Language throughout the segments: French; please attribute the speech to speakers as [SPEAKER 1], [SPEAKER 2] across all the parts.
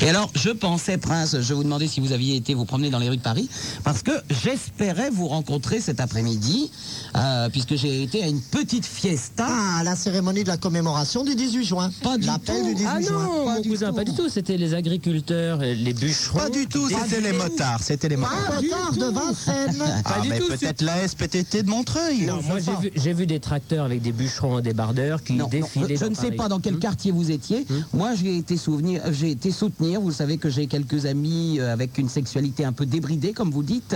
[SPEAKER 1] Et alors, je pensais, Prince, je vous demandais si vous aviez été vous promener dans les rues de Paris, parce que j'espérais vous rencontrer cet après-midi, euh, puisque j'ai été à une petite fiesta.
[SPEAKER 2] Ah, la cérémonie de la commémoration du 18 juin.
[SPEAKER 1] Hein Pas du
[SPEAKER 2] L'appel
[SPEAKER 1] tout.
[SPEAKER 2] du 18
[SPEAKER 3] Ah
[SPEAKER 2] juin.
[SPEAKER 3] non, mon cousin, pas du tout. C'était les agriculteurs, et les bûcherons.
[SPEAKER 4] Pas du tout, c'était les motards, c'était les motards.
[SPEAKER 2] Ah, bâtard de Vincennes.
[SPEAKER 4] Ah,
[SPEAKER 3] du
[SPEAKER 4] mais
[SPEAKER 3] tout,
[SPEAKER 4] peut-être la SPTT de Montreuil.
[SPEAKER 3] Non, moi j'ai vu, j'ai vu des tracteurs avec des bûcherons, et des bardeurs qui
[SPEAKER 1] Non, non,
[SPEAKER 3] défilaient.
[SPEAKER 1] je
[SPEAKER 3] dans
[SPEAKER 1] ne sais
[SPEAKER 3] Paris.
[SPEAKER 1] pas dans quel
[SPEAKER 3] Hmm.
[SPEAKER 1] quartier vous étiez. Moi, j'ai été souvenir, j'ai été soutenir. Vous savez que j'ai quelques amis euh, avec une sexualité un peu débridée, comme vous dites.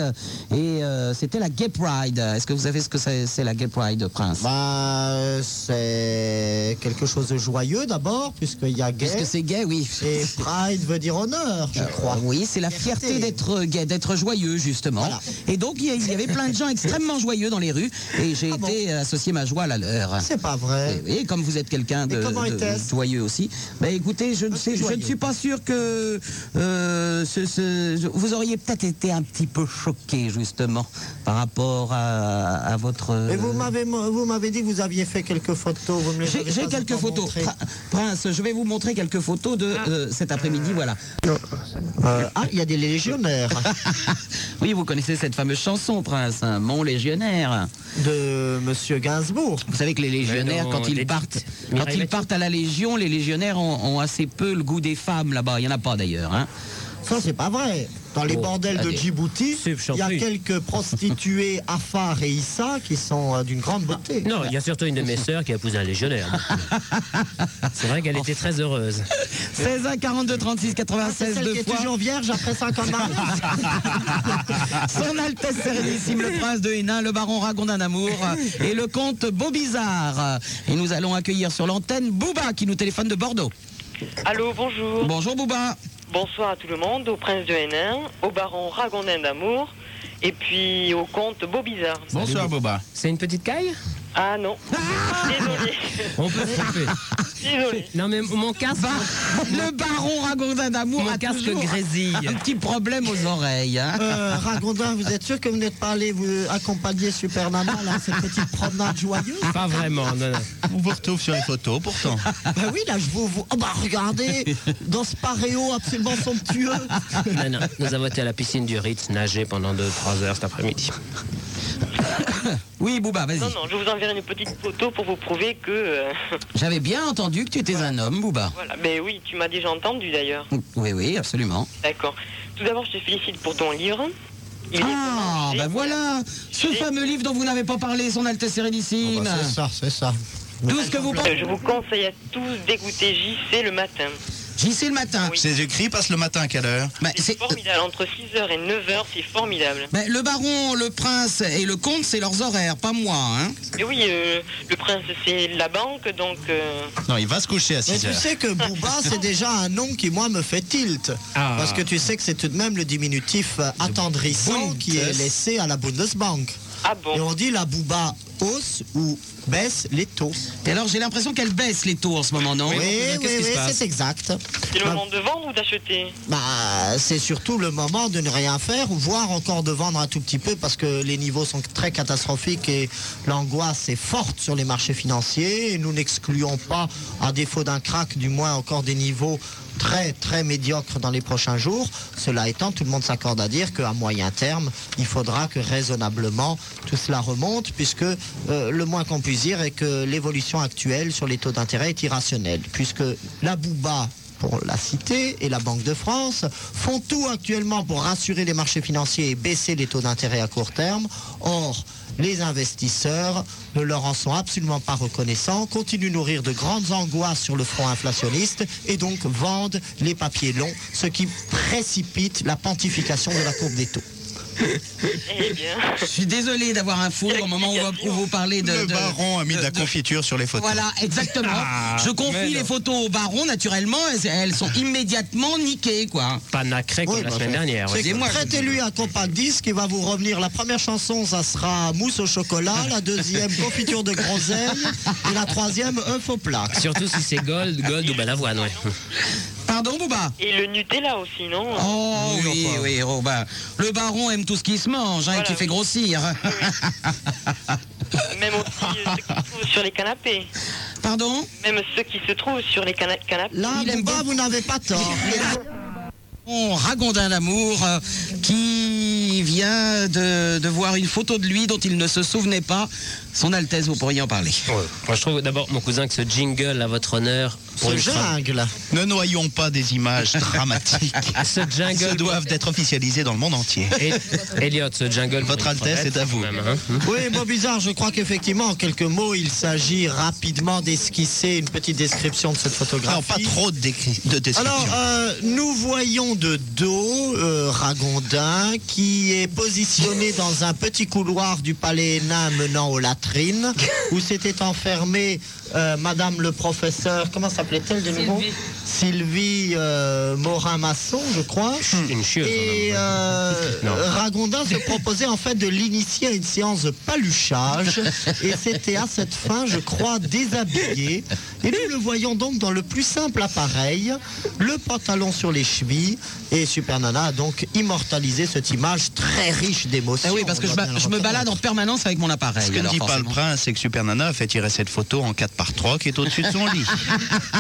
[SPEAKER 1] Et euh, c'était la Gay Pride. Est-ce que vous savez ce que c'est, c'est la Gay Pride, Prince
[SPEAKER 2] Bah, euh, c'est quelque chose de joyeux d'abord, puisqu'il y a
[SPEAKER 1] Est-ce que
[SPEAKER 2] gay.
[SPEAKER 1] c'est gay Oui. Euh,
[SPEAKER 2] Et Pride veut dire honneur, je crois.
[SPEAKER 1] Oui, c'est la fierté
[SPEAKER 2] Fierté.
[SPEAKER 1] d'être euh, gay, d'être joyeux justement.
[SPEAKER 2] Voilà.
[SPEAKER 1] Et donc il y a- il y avait plein de gens extrêmement joyeux dans les rues et j'ai
[SPEAKER 2] Ah bon
[SPEAKER 1] été associé ma joie à la leur.
[SPEAKER 2] C'est pas
[SPEAKER 1] Et,
[SPEAKER 2] vrai.
[SPEAKER 1] et comme vous êtes quelqu'un de,
[SPEAKER 2] Et comment
[SPEAKER 1] de-
[SPEAKER 2] était-ce Ah,
[SPEAKER 1] joyeux aussi, bah écoutez, je ne sais, je ne
[SPEAKER 2] joyeux.
[SPEAKER 1] suis pas sûr que euh, ce- ce- je- vous auriez peut-être été un petit peu choqué justement par rapport à, à votre.
[SPEAKER 2] Mais vous m'avez vous m'avez dit que vous aviez fait quelques photos. Vous me les
[SPEAKER 1] J'ai
[SPEAKER 2] avez
[SPEAKER 1] j'ai
[SPEAKER 2] pas
[SPEAKER 1] quelques
[SPEAKER 2] encore
[SPEAKER 1] photos.
[SPEAKER 2] montrées.
[SPEAKER 1] Prin- Prince, je vais vous montrer quelques photos de
[SPEAKER 3] Ah.
[SPEAKER 1] euh, cet après-midi. Voilà.
[SPEAKER 2] Euh, ah, il y a des légionnaires
[SPEAKER 1] Oui, vous connaissez cette fameuse chanson, Prince, hein, Mon Légionnaire.
[SPEAKER 2] de Monsieur Gainsbourg.
[SPEAKER 1] Vous savez que les légionnaires,
[SPEAKER 3] non,
[SPEAKER 1] quand
[SPEAKER 3] les
[SPEAKER 1] ils partent,
[SPEAKER 3] dites.
[SPEAKER 1] quand
[SPEAKER 3] Mireille
[SPEAKER 1] ils
[SPEAKER 3] Mathieu.
[SPEAKER 1] partent à la Légion, les légionnaires ont, ont assez peu le goût des femmes là-bas. Il n'y en a pas d'ailleurs. hein.
[SPEAKER 2] Ça, c'est pas vrai. Dans les
[SPEAKER 1] Bon,
[SPEAKER 2] bordels de
[SPEAKER 1] allez.
[SPEAKER 2] Djibouti,
[SPEAKER 3] C'est
[SPEAKER 2] il y a
[SPEAKER 3] chanté.
[SPEAKER 2] quelques prostituées Afar et Issa qui sont euh, d'une grande beauté.
[SPEAKER 3] Non, il y a surtout une de mes sœurs qui a épousé un légionnaire. C'est vrai qu'elle était très heureuse.
[SPEAKER 1] 16 1 42 36
[SPEAKER 2] Ah,
[SPEAKER 1] 96
[SPEAKER 2] c'est celle
[SPEAKER 1] deux
[SPEAKER 2] qui est
[SPEAKER 1] fois.
[SPEAKER 2] toujours vierge après 50 mariages.
[SPEAKER 1] Son Altesse Sérénissime, le prince de Hénin, le baron Ragondin d'Amour euh, et le comte Beaubizarre. Et nous allons accueillir sur l'antenne Bouba qui nous téléphone de Bordeaux.
[SPEAKER 5] Allô, bonjour.
[SPEAKER 1] Bonjour Bouba.
[SPEAKER 5] Bonsoir à tout le monde, au prince de Hénin, au baron Ragondin d'Amour, et puis au comte Beaubizarre.
[SPEAKER 4] Bonsoir, Boba.
[SPEAKER 3] C'est une petite caille
[SPEAKER 5] Ah non. Désolé.
[SPEAKER 3] On peut se tromper.
[SPEAKER 5] Désolé.
[SPEAKER 3] Non, mais mon casque,
[SPEAKER 1] Bah, le baron Ragondin d'Amour
[SPEAKER 3] mon
[SPEAKER 1] a
[SPEAKER 3] casque
[SPEAKER 1] toujours
[SPEAKER 3] grésille.
[SPEAKER 1] un petit problème aux oreilles. hein.
[SPEAKER 2] Euh, Ragondin, vous êtes sûr que vous n'êtes pas allé vous accompagner Super Nana là, cette petite promenade joyeuse
[SPEAKER 3] Pas vraiment, non, non.
[SPEAKER 4] On vous retrouve sur les photos, Oh, pourtant.
[SPEAKER 2] Ben oui, là je vous, vous- oh, bah regardez, dans ce paréo absolument somptueux.
[SPEAKER 3] Non, non, Nous avons été à la piscine du Ritz nager pendant 2-3 heures cet après-midi.
[SPEAKER 1] Oui Bouba, vas-y.
[SPEAKER 5] Non, non, je vous enverrai une petite photo pour vous prouver que. euh,
[SPEAKER 1] J'avais bien entendu que tu étais un homme, Bouba.
[SPEAKER 5] voilà. Mais oui, tu m'as déjà entendu d'ailleurs.
[SPEAKER 1] Oui, oui, absolument.
[SPEAKER 5] D'accord. Tout d'abord, je te félicite pour ton livre. Il est
[SPEAKER 1] Ah,
[SPEAKER 5] vraiment
[SPEAKER 1] ben voilà, ce
[SPEAKER 5] J'ai-
[SPEAKER 1] fameux livre dont vous n'avez pas parlé, Son Altesse Sérénissime.
[SPEAKER 2] Bah, c'est ça, c'est ça.
[SPEAKER 1] Tout ce que vous
[SPEAKER 5] génial.
[SPEAKER 1] pensez.
[SPEAKER 5] Euh, Je vous conseille à tous d'écouter JC le matin.
[SPEAKER 1] J'y sais le matin.
[SPEAKER 5] Oui.
[SPEAKER 4] Ces écrits passent le matin à quelle heure
[SPEAKER 1] Ben,
[SPEAKER 5] C'est
[SPEAKER 1] c'est-
[SPEAKER 5] formidable. Entre 6h et 9h, c'est formidable.
[SPEAKER 1] ben, le baron, le prince et le comte, c'est leurs horaires, pas moi. hein.
[SPEAKER 5] Mais oui, euh, le prince, c'est la banque, donc. euh,
[SPEAKER 4] Non, il va se coucher à
[SPEAKER 2] Mais
[SPEAKER 4] 6
[SPEAKER 2] tu
[SPEAKER 4] heures.
[SPEAKER 2] sais que Booba, c'est déjà un nom qui, moi, me fait tilt.
[SPEAKER 3] Ah.
[SPEAKER 2] Parce que tu sais que c'est tout de même le diminutif euh, attendrissant
[SPEAKER 4] Bundes.
[SPEAKER 2] qui est laissé à la Bundesbank.
[SPEAKER 5] Ah
[SPEAKER 2] Et
[SPEAKER 5] bon
[SPEAKER 2] on dit la Booba hausse ou baisse les taux.
[SPEAKER 1] Et alors, j'ai l'impression qu'elle baisse les taux en ce moment, non
[SPEAKER 2] Oui, oui,
[SPEAKER 1] Qu'est-ce qui
[SPEAKER 2] oui,
[SPEAKER 1] se passe
[SPEAKER 2] c'est exact.
[SPEAKER 5] C'est le
[SPEAKER 2] Bah,
[SPEAKER 5] moment de vendre ou d'acheter
[SPEAKER 2] Bah, c'est surtout le moment de ne rien faire, voire encore de vendre un tout petit peu parce que les niveaux sont très catastrophiques et l'angoisse est forte sur les marchés financiers. Et nous n'excluons pas, à défaut d'un crack, du moins encore des niveaux très très médiocres dans les prochains jours. Cela étant, tout le monde s'accorde à dire qu'à moyen terme, il faudra que raisonnablement tout cela remonte, puisque euh, le moins qu'on puisse dire est que l'évolution actuelle sur les taux d'intérêt est irrationnelle, puisque la bouba pour la Cité et la Banque de France font tout actuellement pour rassurer les marchés financiers et baisser les taux d'intérêt à court terme. Or, les investisseurs ne leur en sont absolument pas reconnaissants, continuent de nourrir de grandes angoisses sur le front inflationniste et donc vendent les papiers longs, ce qui précipite la pontification de la courbe des taux.
[SPEAKER 5] Eh bien.
[SPEAKER 1] Je suis désolé d'avoir un fou au moment où, on- où vous parlez de.
[SPEAKER 4] Le
[SPEAKER 1] de-
[SPEAKER 4] baron a mis de, euh, la
[SPEAKER 1] Euh, de-
[SPEAKER 4] confiture sur les photos. Ah,
[SPEAKER 1] Voilà, exactement.
[SPEAKER 2] Ah,
[SPEAKER 1] je
[SPEAKER 3] mais
[SPEAKER 1] confie
[SPEAKER 3] non.
[SPEAKER 1] les photos au baron, naturellement, elles, elles sont immédiatement niquées, quoi.
[SPEAKER 3] Pas nacré
[SPEAKER 1] Oh,
[SPEAKER 3] comme
[SPEAKER 2] Oui,
[SPEAKER 3] la
[SPEAKER 2] bah,
[SPEAKER 3] semaine
[SPEAKER 2] c'est-
[SPEAKER 3] dernière.
[SPEAKER 2] c'est
[SPEAKER 3] ouais.
[SPEAKER 2] que
[SPEAKER 1] Excusez-moi, je-
[SPEAKER 2] Prêtez-lui un compact disque, il va vous revenir. La première chanson, ça sera mousse au chocolat. La deuxième, confiture de groseille. Et la troisième, œuf au plat.
[SPEAKER 3] Surtout si c'est gold, gold ou balavoine, ouais.
[SPEAKER 1] Pardon, Bouba
[SPEAKER 5] Et le Nutella aussi, non
[SPEAKER 1] Oh
[SPEAKER 2] Oui,
[SPEAKER 1] oui,
[SPEAKER 2] enfin.
[SPEAKER 1] oui, Robin. Le baron aime tout ce qui se mange hein, et
[SPEAKER 5] Voilà.
[SPEAKER 1] qui fait grossir.
[SPEAKER 5] Même aussi euh, ceux qui se trouvent sur les canapés.
[SPEAKER 1] Pardon
[SPEAKER 5] Même ceux qui se trouvent sur les cana- canapés.
[SPEAKER 2] Là,
[SPEAKER 1] Il aime
[SPEAKER 2] Booba,
[SPEAKER 1] beaucoup.
[SPEAKER 2] vous n'avez pas tort.
[SPEAKER 1] Bon, Ragondin d'amour euh, qui vient de, de voir une photo de lui dont il ne se souvenait pas. Son Altesse, vous pourriez en parler.
[SPEAKER 3] Moi, je trouve d'abord, mon cousin, que ce jingle, à votre honneur, pour
[SPEAKER 2] Ce
[SPEAKER 3] une femme-
[SPEAKER 2] jungle.
[SPEAKER 4] Ne noyons pas des images dramatiques.
[SPEAKER 3] ce
[SPEAKER 4] Elles
[SPEAKER 3] jingle
[SPEAKER 4] doivent être officialisées dans le monde entier.
[SPEAKER 3] Et- Elliot, ce jingle. pour
[SPEAKER 4] Votre
[SPEAKER 3] une
[SPEAKER 4] Altesse
[SPEAKER 3] crevette,
[SPEAKER 4] est à vous.
[SPEAKER 3] quand même, hein.
[SPEAKER 2] Oui, bon bizarre, je crois qu'effectivement, en quelques mots, il s'agit rapidement d'esquisser une petite description de cette photographie.
[SPEAKER 4] Non, pas trop de, décri- de description.
[SPEAKER 2] Alors, euh, nous voyons de dos euh, Ragondin qui est positionné dans un petit couloir du palais nain menant aux latrines où s'était enfermée euh, Madame le professeur, comment s'appelait-elle de nouveau Sylvie euh, Morin-Masson, je crois.
[SPEAKER 3] Une chieuse.
[SPEAKER 2] Et
[SPEAKER 3] on a-
[SPEAKER 2] euh,
[SPEAKER 3] Non.
[SPEAKER 2] Ragondin se proposait en fait de l'initier à une séance de paluchage. Et c'était à cette fin, je crois, déshabillé. Et nous le voyons donc dans le plus simple appareil, le pantalon sur les chevilles. Et Super Nana a donc immortalisé cette image très riche d'émotions.
[SPEAKER 1] Ah oui, parce que
[SPEAKER 2] On
[SPEAKER 1] je,
[SPEAKER 2] doit
[SPEAKER 1] ba-
[SPEAKER 2] bien le
[SPEAKER 1] je me balade en
[SPEAKER 2] reconnaître.
[SPEAKER 1] permanence avec mon appareil.
[SPEAKER 4] ce que ne
[SPEAKER 1] alors,
[SPEAKER 4] dit pas le
[SPEAKER 1] forcément.
[SPEAKER 4] prince, c'est que Super Nana a fait tirer cette photo en 4 par 3 qui est au-dessus de son lit.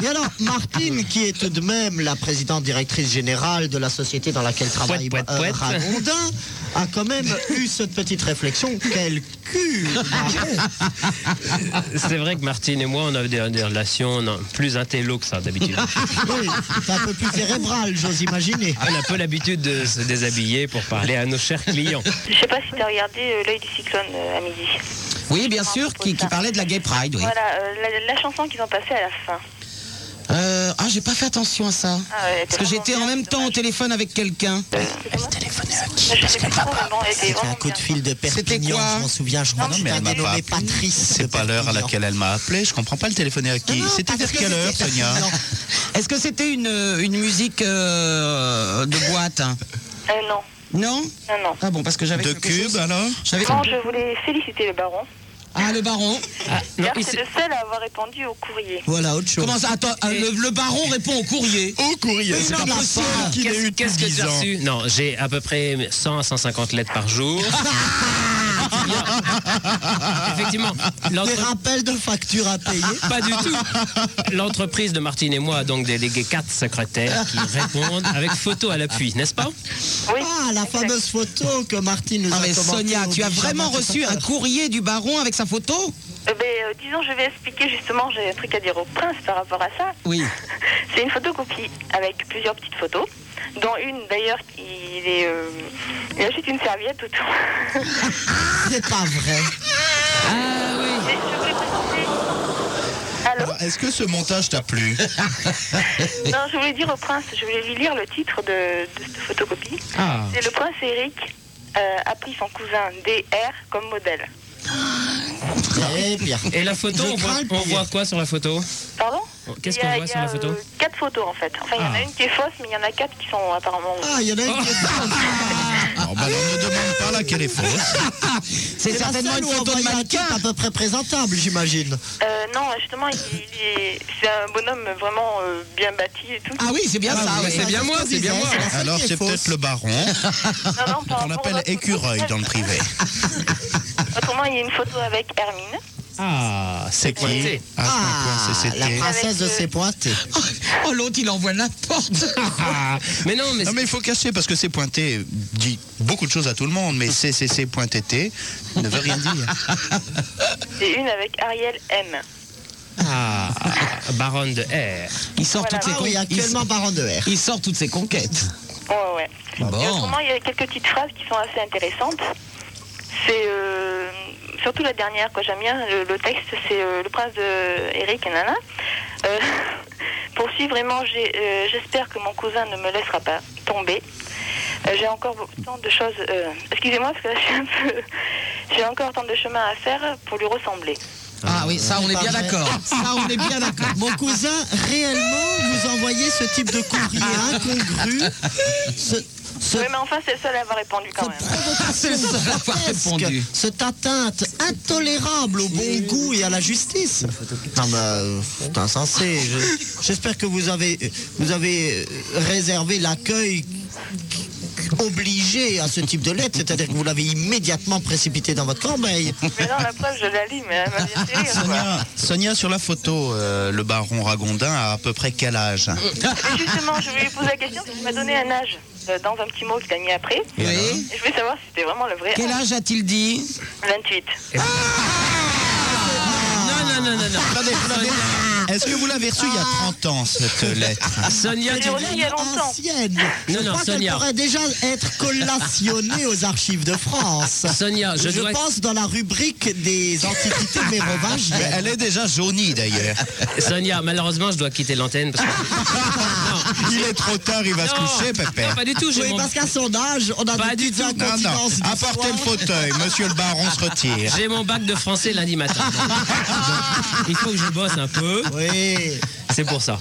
[SPEAKER 2] Et alors, Martine, qui est tout de même la présidente directrice générale de la société dans laquelle travaille
[SPEAKER 3] Pouette,
[SPEAKER 2] euh,
[SPEAKER 3] pouette, pouette.
[SPEAKER 2] Ragondin, a quand même eu cette petite réflexion. Quel cul Marron
[SPEAKER 3] C'est vrai que Martine et moi, on a des, des relations non, plus intello que ça d'habitude.
[SPEAKER 2] Oui, Ah, c'est un peu plus cérébral, j'ose imaginer.
[SPEAKER 3] on a peu l'habitude de se déshabiller pour parler à nos chers clients.
[SPEAKER 6] Je sais pas si tu as regardé euh, L'œil du cyclone euh, à midi.
[SPEAKER 1] Oui, bien sûr, qui, qui parlait de la Gay Pride, oui.
[SPEAKER 6] Voilà, euh, la, la chanson qu'ils ont passée à la fin.
[SPEAKER 1] Euh, ah, j'ai pas fait attention à ça.
[SPEAKER 6] Ah, elle était
[SPEAKER 1] Parce que
[SPEAKER 6] vraiment
[SPEAKER 1] j'étais en
[SPEAKER 6] bien,
[SPEAKER 1] même
[SPEAKER 6] c'est
[SPEAKER 1] temps au
[SPEAKER 6] dommage.
[SPEAKER 1] téléphone avec quelqu'un.
[SPEAKER 6] Je sais plus trop, mais bon, elle était hein.
[SPEAKER 2] C'était un
[SPEAKER 6] vraiment
[SPEAKER 2] coup de
[SPEAKER 6] bien.
[SPEAKER 2] fil de
[SPEAKER 1] C'était
[SPEAKER 2] Perpignan,
[SPEAKER 1] quoi
[SPEAKER 2] je m'en souviens, je
[SPEAKER 6] Non,
[SPEAKER 2] crois que
[SPEAKER 6] mais
[SPEAKER 2] c'était
[SPEAKER 6] elle
[SPEAKER 2] un
[SPEAKER 6] m'a
[SPEAKER 2] dénommé
[SPEAKER 4] pas appelé.
[SPEAKER 2] Patrice. de
[SPEAKER 4] C'est pas l'heure à
[SPEAKER 2] Perpignan.
[SPEAKER 4] laquelle elle m'a appelé. Je comprends pas le téléphoner à qui.
[SPEAKER 2] Non,
[SPEAKER 4] C'était
[SPEAKER 2] parce
[SPEAKER 4] vers
[SPEAKER 2] que
[SPEAKER 4] quelle heure,
[SPEAKER 2] c'était
[SPEAKER 4] Sonia
[SPEAKER 2] Perpignan.
[SPEAKER 1] Est-ce que c'était une, une musique euh, de boîte hein
[SPEAKER 6] Euh, non,
[SPEAKER 1] Non
[SPEAKER 6] non, non.
[SPEAKER 1] Ah bon, parce que j'avais
[SPEAKER 4] De
[SPEAKER 1] quelque
[SPEAKER 4] cube,
[SPEAKER 1] chose-
[SPEAKER 4] alors
[SPEAKER 1] J'avais...
[SPEAKER 6] Non, je voulais féliciter le baron.
[SPEAKER 1] Ah, le baron
[SPEAKER 3] Non,
[SPEAKER 6] Car
[SPEAKER 3] il
[SPEAKER 6] c'est
[SPEAKER 3] s'est-
[SPEAKER 6] le seul à avoir répondu au courrier.
[SPEAKER 2] Voilà, autre chose.
[SPEAKER 1] Comment ça Attends, euh, le, le baron répond au courrier.
[SPEAKER 4] Au courrier,
[SPEAKER 1] Mais
[SPEAKER 4] c'est
[SPEAKER 1] non,
[SPEAKER 4] pas
[SPEAKER 1] mais
[SPEAKER 4] possible
[SPEAKER 1] pas.
[SPEAKER 4] qu'il ait
[SPEAKER 3] Qu'est-ce
[SPEAKER 4] eu
[SPEAKER 3] qu'est-ce que tu
[SPEAKER 4] 10
[SPEAKER 3] as
[SPEAKER 4] ans.
[SPEAKER 3] reçu Non, j'ai à peu près 100 à 150 lettres par jour. Effectivement,
[SPEAKER 2] Des
[SPEAKER 3] l'entre-
[SPEAKER 2] rappels de factures à payer.
[SPEAKER 3] Pas du tout. L'entreprise de Martine et moi a donc délégué quatre secrétaires qui répondent avec photo à l'appui, n'est-ce pas
[SPEAKER 6] Oui.
[SPEAKER 2] Ah, la fameuse photo que Martine nous
[SPEAKER 1] Ah,
[SPEAKER 2] a
[SPEAKER 1] mais
[SPEAKER 2] commentée
[SPEAKER 1] Sonia,
[SPEAKER 2] au
[SPEAKER 1] tu as
[SPEAKER 2] Bijama
[SPEAKER 1] vraiment
[SPEAKER 2] tout à
[SPEAKER 1] reçu
[SPEAKER 2] l'heure.
[SPEAKER 1] un courrier du baron avec sa photo
[SPEAKER 6] Euh, ben, euh, disons, je vais expliquer justement, j'ai un truc à dire au prince par rapport à ça.
[SPEAKER 1] Oui.
[SPEAKER 6] C'est une photocopie avec plusieurs petites photos, dont une d'ailleurs, il est. euh, il a juste une serviette autour.
[SPEAKER 2] C'est pas vrai. Ah
[SPEAKER 6] Mais je voulais présenter. Allô
[SPEAKER 4] Alors, Est-ce que ce montage t'a plu
[SPEAKER 2] Ah
[SPEAKER 6] Non, je voulais dire au prince, je voulais lui lire le titre de, de cette photocopie.
[SPEAKER 3] Ah.
[SPEAKER 6] C'est le prince Eric euh, a pris son cousin DR comme modèle.
[SPEAKER 2] Très bien.
[SPEAKER 3] Et la photo,
[SPEAKER 2] Je
[SPEAKER 3] on voit,
[SPEAKER 2] crains le
[SPEAKER 3] on
[SPEAKER 2] pire.
[SPEAKER 3] voit quoi sur la photo Oh,
[SPEAKER 6] Pardon
[SPEAKER 3] Qu'est-ce
[SPEAKER 6] Il y a-
[SPEAKER 3] qu'on voit
[SPEAKER 6] il y
[SPEAKER 3] sur
[SPEAKER 6] a,
[SPEAKER 3] la photo
[SPEAKER 6] euh, Quatre photos en fait. Enfin, il y en a
[SPEAKER 3] Ah.
[SPEAKER 6] une qui est fausse, mais il y en a quatre qui sont apparemment.
[SPEAKER 2] Ah, il y en a une qui
[SPEAKER 4] Non, bah, On ne demande pas laquelle est fausse.
[SPEAKER 1] C'est certainement une photo de mannequin.
[SPEAKER 2] à peu près présentable, j'imagine.
[SPEAKER 6] Euh, non, justement, il, il est. C'est un bonhomme vraiment euh, bien bâti et tout.
[SPEAKER 1] Ah oui, c'est bien ça.
[SPEAKER 2] oui,
[SPEAKER 1] ouais.
[SPEAKER 2] c'est bien moi, c'est bien moi. La seule
[SPEAKER 4] Alors
[SPEAKER 2] qui est
[SPEAKER 4] c'est peut-être
[SPEAKER 2] fausse.
[SPEAKER 4] le baron.
[SPEAKER 6] Non, non, par rapport
[SPEAKER 4] On
[SPEAKER 6] aux
[SPEAKER 4] l'appelle
[SPEAKER 6] autres
[SPEAKER 4] écureuil
[SPEAKER 6] photos,
[SPEAKER 4] dans le privé.
[SPEAKER 6] Autrement, il y a une photo avec Hermine.
[SPEAKER 3] Ah, c'est pointé.
[SPEAKER 4] Ah,
[SPEAKER 2] Ah,
[SPEAKER 4] c'est
[SPEAKER 2] la
[SPEAKER 4] c'était.
[SPEAKER 2] princesse de
[SPEAKER 6] Avec, euh,
[SPEAKER 2] ses pointées.
[SPEAKER 1] Oh, l'autre, il envoie n'importe.
[SPEAKER 3] Ah, mais non, mais
[SPEAKER 4] Non mais il faut cacher parce que c'est pointé dit beaucoup de choses à tout le monde, mais CCC point TT ne veut rien dire.
[SPEAKER 6] Et une avec Ariel M.
[SPEAKER 3] ah, baronne de R.
[SPEAKER 1] Il sort
[SPEAKER 6] Voilà.
[SPEAKER 1] toutes ses
[SPEAKER 2] Ah oui,
[SPEAKER 1] con- il
[SPEAKER 2] actuellement baron de R.
[SPEAKER 1] il sort toutes ses conquêtes.
[SPEAKER 6] Ouais, ouais. Et
[SPEAKER 1] Bon.
[SPEAKER 6] autrement, il y a quelques petites phrases qui sont assez intéressantes. C'est euh, surtout la dernière, quoi. J'aime bien le, le texte, c'est euh, le prince de Eric et Nana. Euh, poursuivre et manger. euh, J'espère que mon cousin ne me laissera pas tomber. Euh, J'ai encore tant de choses. euh, Excusez-moi, parce que là, je suis un peu. J'ai encore tant de chemin à faire pour lui ressembler.
[SPEAKER 1] Ah oui, ça, on est
[SPEAKER 2] pas
[SPEAKER 1] bien
[SPEAKER 2] vrai. Ah.
[SPEAKER 1] d'accord. Ça, on est bien d'accord.
[SPEAKER 2] Mon cousin, réellement, vous envoyez ce type de courrier incongru. Ce, ce-
[SPEAKER 6] Oui, mais enfin, c'est le seul à avoir répondu quand même.
[SPEAKER 2] cette provocation
[SPEAKER 1] C'est le seul à avoir
[SPEAKER 2] grotesque,
[SPEAKER 1] répondu.
[SPEAKER 2] cette atteinte intolérable au bon goût et à la justice. Non, mais euh, c'est insensé. Je- J'espère que vous avez, vous avez euh, réservé l'accueil obligé à ce type de lettre, c'est-à-dire que vous l'avez immédiatement précipité dans votre corbeille.
[SPEAKER 6] Mais non, la preuve, je la lis, mais elle m'a bien fait rire, quoi.
[SPEAKER 4] Sonia, Sonia, sur la photo, euh, le baron Ragondin a à peu près quel âge
[SPEAKER 6] Et justement, je voulais lui poser la question parce qu'il m'a donné un âge euh, dans un petit mot qu'il a mis après.
[SPEAKER 1] Oui.
[SPEAKER 6] Et je voulais savoir si c'était vraiment le vrai
[SPEAKER 1] Quel
[SPEAKER 6] âge. Ah
[SPEAKER 1] âge a-t-il dit
[SPEAKER 6] 28.
[SPEAKER 4] Eh ben.
[SPEAKER 3] Non, non, non, non, non.
[SPEAKER 4] Attendez, attendez. Est-ce que vous l'avez reçu il y a
[SPEAKER 3] Ah.
[SPEAKER 4] 30 ans, cette lettre
[SPEAKER 3] Sonia, tu-
[SPEAKER 6] J'ai reçu il y a longtemps.
[SPEAKER 2] Ancienne. Je
[SPEAKER 3] Ah, Non, non,
[SPEAKER 2] crois qu'elle
[SPEAKER 3] Sonia.
[SPEAKER 2] pourrait déjà être collationnée aux archives de France.
[SPEAKER 3] Sonia, je
[SPEAKER 2] je
[SPEAKER 3] dois-
[SPEAKER 2] pense dans la rubrique des antiquités mérovingiennes.
[SPEAKER 4] Elle est déjà jaunie d'ailleurs.
[SPEAKER 3] Sonia, malheureusement, je dois quitter l'antenne parce que.
[SPEAKER 4] Il est trop tard, il va se
[SPEAKER 3] Non,
[SPEAKER 4] coucher,
[SPEAKER 3] non,
[SPEAKER 4] Pépère.
[SPEAKER 3] pas du tout. j'ai
[SPEAKER 2] Oui,
[SPEAKER 3] mon-
[SPEAKER 2] parce qu'à son âge, on a
[SPEAKER 3] Pas
[SPEAKER 2] des
[SPEAKER 3] du
[SPEAKER 2] petites
[SPEAKER 3] tout.
[SPEAKER 4] Non, non,
[SPEAKER 2] incontinences du
[SPEAKER 4] apportez le
[SPEAKER 2] soir.
[SPEAKER 4] fauteuil, monsieur le baron se retire.
[SPEAKER 3] J'ai mon bac de français lundi matin. Donc, Il faut que je bosse un peu.
[SPEAKER 2] Oui.
[SPEAKER 3] C'est pour ça.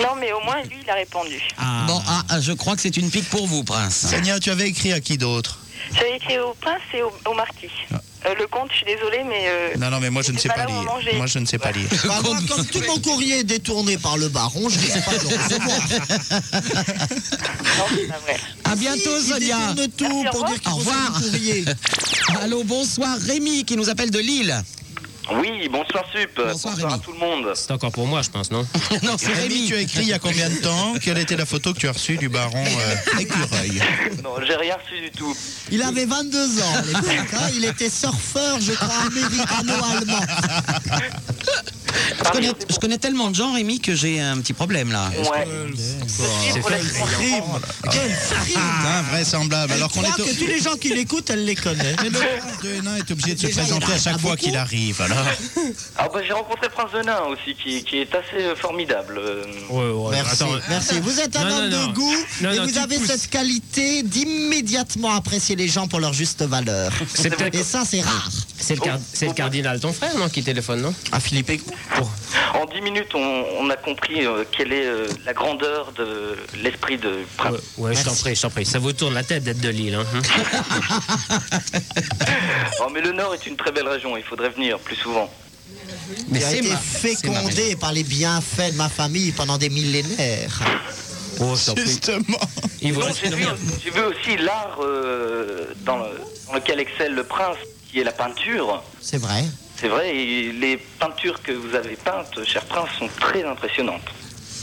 [SPEAKER 6] Non, mais au moins, lui, il a répondu.
[SPEAKER 3] Ah.
[SPEAKER 1] Bon, ah, ah, je crois que c'est une pique pour vous, prince.
[SPEAKER 4] Sonia, tu avais écrit à qui d'autre
[SPEAKER 6] J'avais écrit au prince et au, au marquis. Euh, le comte, je suis désolée, mais. euh,
[SPEAKER 4] Ah. Non, non, mais moi je ne sais
[SPEAKER 6] j'étais
[SPEAKER 4] pas
[SPEAKER 6] là où on
[SPEAKER 4] lire.
[SPEAKER 6] mangeait.
[SPEAKER 4] Moi je ne sais pas lire.
[SPEAKER 2] Bah, moi, comme tout mon courrier est détourné par le baron, je ne sais pas de le recevoir.
[SPEAKER 6] Non, c'est pas vrai.
[SPEAKER 1] À bientôt,
[SPEAKER 2] Il
[SPEAKER 1] Sonia.
[SPEAKER 2] détourne tout pour dire qu'il
[SPEAKER 1] Au revoir.
[SPEAKER 2] reçoit le courrier.
[SPEAKER 1] Allô, bonsoir, Rémi, qui nous appelle de Lille.
[SPEAKER 7] Oui, bonsoir Sup,
[SPEAKER 1] Bonsoir,
[SPEAKER 7] à
[SPEAKER 1] Rémi.
[SPEAKER 7] tout le monde.
[SPEAKER 3] C'est encore pour moi, je pense, non
[SPEAKER 1] non, c'est
[SPEAKER 4] Rémi,
[SPEAKER 1] Rémi.
[SPEAKER 4] tu as écrit il y a combien de temps Quelle était la photo que tu as reçue du baron euh, Écureuil
[SPEAKER 7] Non, j'ai rien reçu du tout.
[SPEAKER 2] Il avait 22 ans à l'époque, hein. Il était surfeur, je crois, américano-allemand.
[SPEAKER 1] Je connais, je connais tellement de gens, Rémi, que j'ai un petit problème là.
[SPEAKER 7] Ouais.
[SPEAKER 3] C'est fait.
[SPEAKER 4] Oh
[SPEAKER 2] Crime. Quel crime.
[SPEAKER 4] Ah, Invraisemblable.
[SPEAKER 2] Elle
[SPEAKER 4] Alors qu'on
[SPEAKER 2] croit
[SPEAKER 4] est au-
[SPEAKER 2] que tous les gens qui l'écoutent, elle les connaît.
[SPEAKER 4] Mais le prince de Hénin est obligé de se
[SPEAKER 2] Déjà, il y en a
[SPEAKER 4] présenter à
[SPEAKER 2] pas
[SPEAKER 4] chaque fois
[SPEAKER 2] beaucoup.
[SPEAKER 4] qu'il arrive. Alors,
[SPEAKER 7] Ah bah j'ai rencontré le prince de Nain aussi, qui, qui est assez euh, formidable. euh.
[SPEAKER 3] Ouais, ouais,
[SPEAKER 2] Merci,
[SPEAKER 3] attends.
[SPEAKER 2] merci. Vous êtes un
[SPEAKER 3] Non,
[SPEAKER 2] homme
[SPEAKER 3] non,
[SPEAKER 2] de
[SPEAKER 3] non.
[SPEAKER 2] goût
[SPEAKER 3] Non,
[SPEAKER 2] et
[SPEAKER 3] non,
[SPEAKER 2] vous
[SPEAKER 3] tu
[SPEAKER 2] avez
[SPEAKER 3] pousses.
[SPEAKER 2] cette qualité d'immédiatement apprécier les gens pour leur juste valeur.
[SPEAKER 3] C'est peut-être-
[SPEAKER 2] Et ça, c'est rare.
[SPEAKER 3] C'est le, card- c'est le cardinal, ton frère, non, qui téléphone, non
[SPEAKER 2] Ah, Philippe
[SPEAKER 7] En 10 minutes, on, on a compris euh, quelle est euh, la grandeur de l'esprit de
[SPEAKER 3] Ouais,
[SPEAKER 7] prince.
[SPEAKER 3] ouais, je t'en
[SPEAKER 2] Merci.
[SPEAKER 3] prie, je t'en prie. Ça vous tourne la tête d'être de Lille. Hein
[SPEAKER 7] Oh, mais le Nord est une très belle région, il faudrait venir plus souvent.
[SPEAKER 3] Mais
[SPEAKER 2] J'ai été fécondé par les bienfaits de ma famille pendant des millénaires.
[SPEAKER 3] Oh, je t'en prie.
[SPEAKER 4] justement.
[SPEAKER 3] Il vous
[SPEAKER 7] Non,
[SPEAKER 3] reste
[SPEAKER 7] j'ai
[SPEAKER 3] plus
[SPEAKER 7] vu,
[SPEAKER 3] rien.
[SPEAKER 7] j'ai vu aussi l'art euh, dans, le- dans lequel excelle le prince, qui est la peinture.
[SPEAKER 2] C'est vrai.
[SPEAKER 7] C'est vrai, et les peintures que vous avez peintes, cher prince, sont très impressionnantes.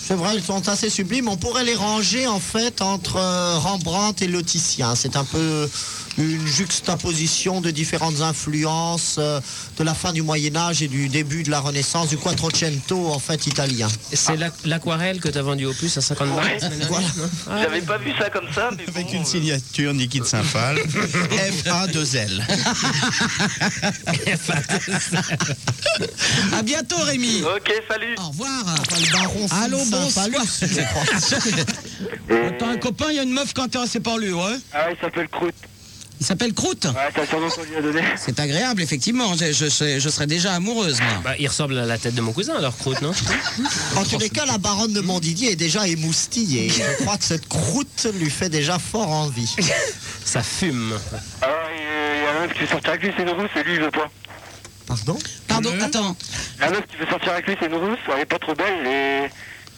[SPEAKER 2] C'est vrai, ils sont assez sublimes. On pourrait les ranger en fait entre euh, Rembrandt et le Titien. C'est un peu une juxtaposition de différentes influences euh, de la fin du Moyen Âge et du début de la Renaissance, du Quattrocento en fait italien.
[SPEAKER 3] C'est l'ac- l'aquarelle que t'as vendu au plus à 50 balles la semaine dernière,
[SPEAKER 2] Voilà.
[SPEAKER 3] non Ah,
[SPEAKER 7] J'avais pas vu ça comme ça, mais
[SPEAKER 4] Avec
[SPEAKER 7] bon,
[SPEAKER 4] une
[SPEAKER 7] euh,
[SPEAKER 4] signature Niki de Saint-Phal, F1-2L.
[SPEAKER 1] À bientôt, Rémi.
[SPEAKER 7] Ok, salut.
[SPEAKER 1] Au revoir.
[SPEAKER 2] Enfin, Ah, le baron
[SPEAKER 1] Allô,
[SPEAKER 2] Fils Saint-Palus, je crois.
[SPEAKER 1] T'as un copain, il y a une meuf quand t'es c'est pas lui, ouais
[SPEAKER 8] Ah, il s'appelle Croûte.
[SPEAKER 1] Il s'appelle Croûte.
[SPEAKER 2] Ah.
[SPEAKER 8] Ouais, c'est un surnom qu'on lui a donné.
[SPEAKER 1] C'est agréable, effectivement. Je, je, je- je serais déjà amoureuse, moi.
[SPEAKER 3] Bah, il ressemble à la tête de mon cousin, alors croûte, non
[SPEAKER 2] En tous les cas, la baronne de Montdidier est déjà émoustillée. Je crois que cette croûte lui fait déjà fort envie.
[SPEAKER 3] Ça fume.
[SPEAKER 8] Alors, Ah il y a un meuf qui veut sortir avec lui, c'est une rousse, et lui, il veut pas.
[SPEAKER 2] Pardon
[SPEAKER 1] Pardon, attends.
[SPEAKER 8] La meuf qui veut sortir avec lui, c'est une rousse, elle est pas trop belle, et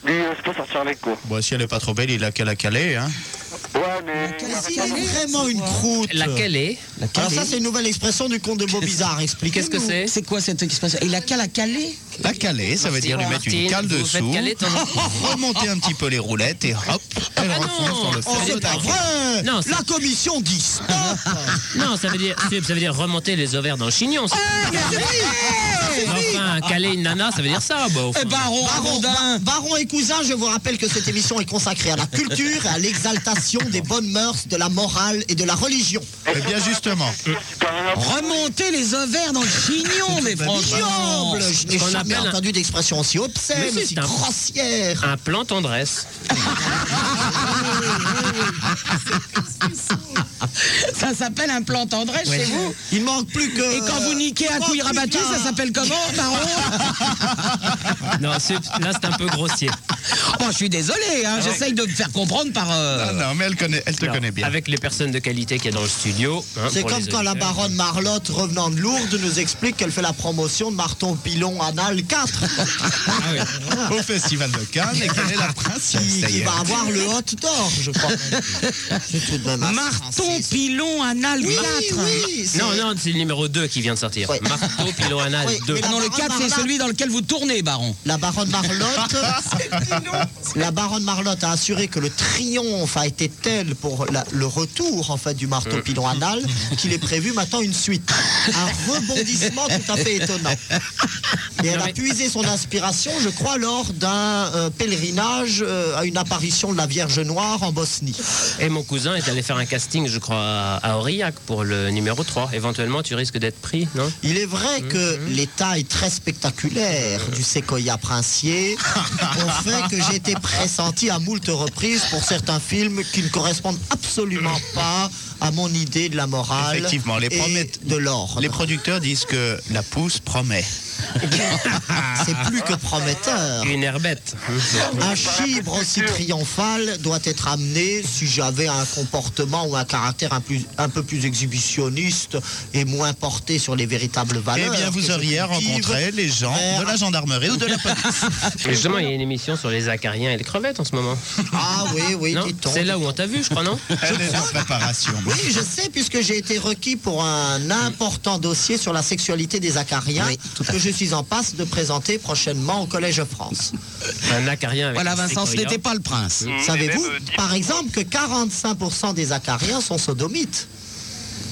[SPEAKER 8] lui, il veut pas sortir avec, quoi.
[SPEAKER 4] Bon, si elle est pas trop belle, il a qu'à la caler. Hein.
[SPEAKER 8] Ouais, mais...
[SPEAKER 2] Si, elle est vraiment une croûte.
[SPEAKER 3] Laquelle est
[SPEAKER 2] Alors ça, c'est une nouvelle expression du conte de Beaubizarre. Expliquez-nous.
[SPEAKER 3] Qu'est-ce que c'est
[SPEAKER 1] C'est quoi cette expression Il a qu'à la caler
[SPEAKER 4] La caler, ça veut dire lui mettre une
[SPEAKER 3] Martine,
[SPEAKER 4] cale
[SPEAKER 3] vous vous
[SPEAKER 4] dessous,
[SPEAKER 3] faites caler de temps en temps.
[SPEAKER 4] remonter un petit peu les roulettes et hop, elle
[SPEAKER 3] Ah
[SPEAKER 4] retombe
[SPEAKER 3] non
[SPEAKER 4] sur le
[SPEAKER 2] Oh, c'est pas vrai
[SPEAKER 3] Non, c'est-
[SPEAKER 2] La commission dit stop
[SPEAKER 3] Non, ça veut dire, Philippe, ça veut dire remonter les ovaires dans le chignon. ça. enfin, caler une nana, ça veut dire ça. Bah, au fond.
[SPEAKER 2] ben,
[SPEAKER 1] Baron,
[SPEAKER 2] Eh, Baron, Ba- Baron et cousin, je vous rappelle que cette émission est consacrée à la culture et à l'exaltation des bonnes mœurs, de la morale et de la religion.
[SPEAKER 4] Eh bien, justement.
[SPEAKER 1] Remonter les ovaires dans le chignon, mais franchement.
[SPEAKER 2] Ignoble Je
[SPEAKER 3] Ce
[SPEAKER 2] n'ai
[SPEAKER 3] qu'on
[SPEAKER 2] jamais
[SPEAKER 3] appelle un-
[SPEAKER 2] entendu d'expression aussi obscène,
[SPEAKER 3] Mais c'est
[SPEAKER 2] aussi
[SPEAKER 3] un-
[SPEAKER 2] grossière.
[SPEAKER 3] Un plan tendresse.
[SPEAKER 1] Ça, s'appelle un plan tendresse chez vous.
[SPEAKER 2] Il manque plus que.
[SPEAKER 1] Et quand vous niquez à
[SPEAKER 2] Oh,
[SPEAKER 1] couille rabattue,
[SPEAKER 2] putain.
[SPEAKER 1] ça s'appelle comment, Marron
[SPEAKER 3] Non, c'est- là, c'est un peu grossier.
[SPEAKER 1] Bon, Oh, je suis désolé, hein, j'essaye de me faire comprendre par. euh,
[SPEAKER 4] Ah non, mais elle, connaît, elle te
[SPEAKER 3] Alors,
[SPEAKER 4] connaît bien.
[SPEAKER 3] Avec les personnes de qualité qu'il y a dans le studio. hein,
[SPEAKER 2] C'est
[SPEAKER 3] pour
[SPEAKER 2] comme
[SPEAKER 3] les
[SPEAKER 2] quand la
[SPEAKER 3] auditeurs.
[SPEAKER 2] baronne Marlotte, revenant de Lourdes, nous explique qu'elle fait la promotion de Marton Pilon Anal 4,
[SPEAKER 3] Ah oui.
[SPEAKER 4] Au festival de Cannes, et qu'elle est
[SPEAKER 2] Ah,
[SPEAKER 4] la princesse.
[SPEAKER 2] qui, qui
[SPEAKER 4] d'ailleurs.
[SPEAKER 2] va avoir le hot d'or, je crois. C'est tout de même assez
[SPEAKER 1] Marton
[SPEAKER 2] raciste.
[SPEAKER 1] Pilon Anal
[SPEAKER 2] Oui,
[SPEAKER 1] 4.
[SPEAKER 2] oui, c'est-
[SPEAKER 3] Non, non, c'est le numéro 2 qui vient de sortir.
[SPEAKER 2] Oui.
[SPEAKER 3] Marteau Piloanal
[SPEAKER 2] Oui,
[SPEAKER 3] 2.
[SPEAKER 2] mais
[SPEAKER 1] Ah non, le 4, c'est celui dans lequel vous tournez, Baron.
[SPEAKER 2] La baronne Marlotte, la baronne Marlotte a assuré que le triomphe a été tel pour la- le retour en fait du marteau
[SPEAKER 4] Euh.
[SPEAKER 2] pilon anal qu'il est prévu maintenant une suite, un rebondissement tout à fait étonnant. Et elle
[SPEAKER 3] Non,
[SPEAKER 2] a
[SPEAKER 3] mais-
[SPEAKER 2] puisé son inspiration, je crois, lors d'un euh, pèlerinage euh, à une apparition de la Vierge Noire en Bosnie.
[SPEAKER 3] Et mon cousin est allé faire un casting, je crois, à- à Aurillac pour le numéro 3. Éventuellement, tu risques d'être pris, non
[SPEAKER 2] Il est vrai que
[SPEAKER 4] Mhm.
[SPEAKER 2] les tailles très spectaculaires
[SPEAKER 4] Euh.
[SPEAKER 2] du séquoia princier ont fait que j'ai été pressenti à moult reprises pour certains films qui ne correspondent absolument pas à mon idée de la morale
[SPEAKER 4] Effectivement, les
[SPEAKER 2] et
[SPEAKER 4] promettes-
[SPEAKER 2] de l'ordre.
[SPEAKER 4] Les producteurs disent que la pousse promet.
[SPEAKER 1] Ah,
[SPEAKER 2] C'est plus que prometteur.
[SPEAKER 3] Une herbette.
[SPEAKER 2] Un chibre aussi triomphal doit être amené si j'avais un comportement ou un caractère un, plus- un peu plus exhibitionniste et moins porté sur les véritables
[SPEAKER 4] Eh
[SPEAKER 2] valeurs.
[SPEAKER 4] bien,
[SPEAKER 2] que
[SPEAKER 4] vous
[SPEAKER 2] je
[SPEAKER 4] auriez
[SPEAKER 2] cultive.
[SPEAKER 4] rencontré les gens de la gendarmerie ou de la police.
[SPEAKER 3] Et justement, il y a une émission sur les acariens et les crevettes en ce moment.
[SPEAKER 2] Ah oui, oui,
[SPEAKER 3] Non
[SPEAKER 2] dit-on.
[SPEAKER 3] C'est là où on t'a vu, je crois, non
[SPEAKER 4] Elle est en préparation.
[SPEAKER 2] Oui, je sais, puisque j'ai été requis pour un important dossier sur la sexualité des acariens que je suis en passe de présenter prochainement au Collège de France.
[SPEAKER 3] Un acarien avec Mmh.
[SPEAKER 1] Voilà,
[SPEAKER 3] un
[SPEAKER 1] Vincent, ce
[SPEAKER 3] séquoia. Mm. ben,
[SPEAKER 1] n'était pas le prince.
[SPEAKER 2] Savez-vous,
[SPEAKER 7] même, euh, dix-
[SPEAKER 2] par exemple, que 45% des acariens sont sodomites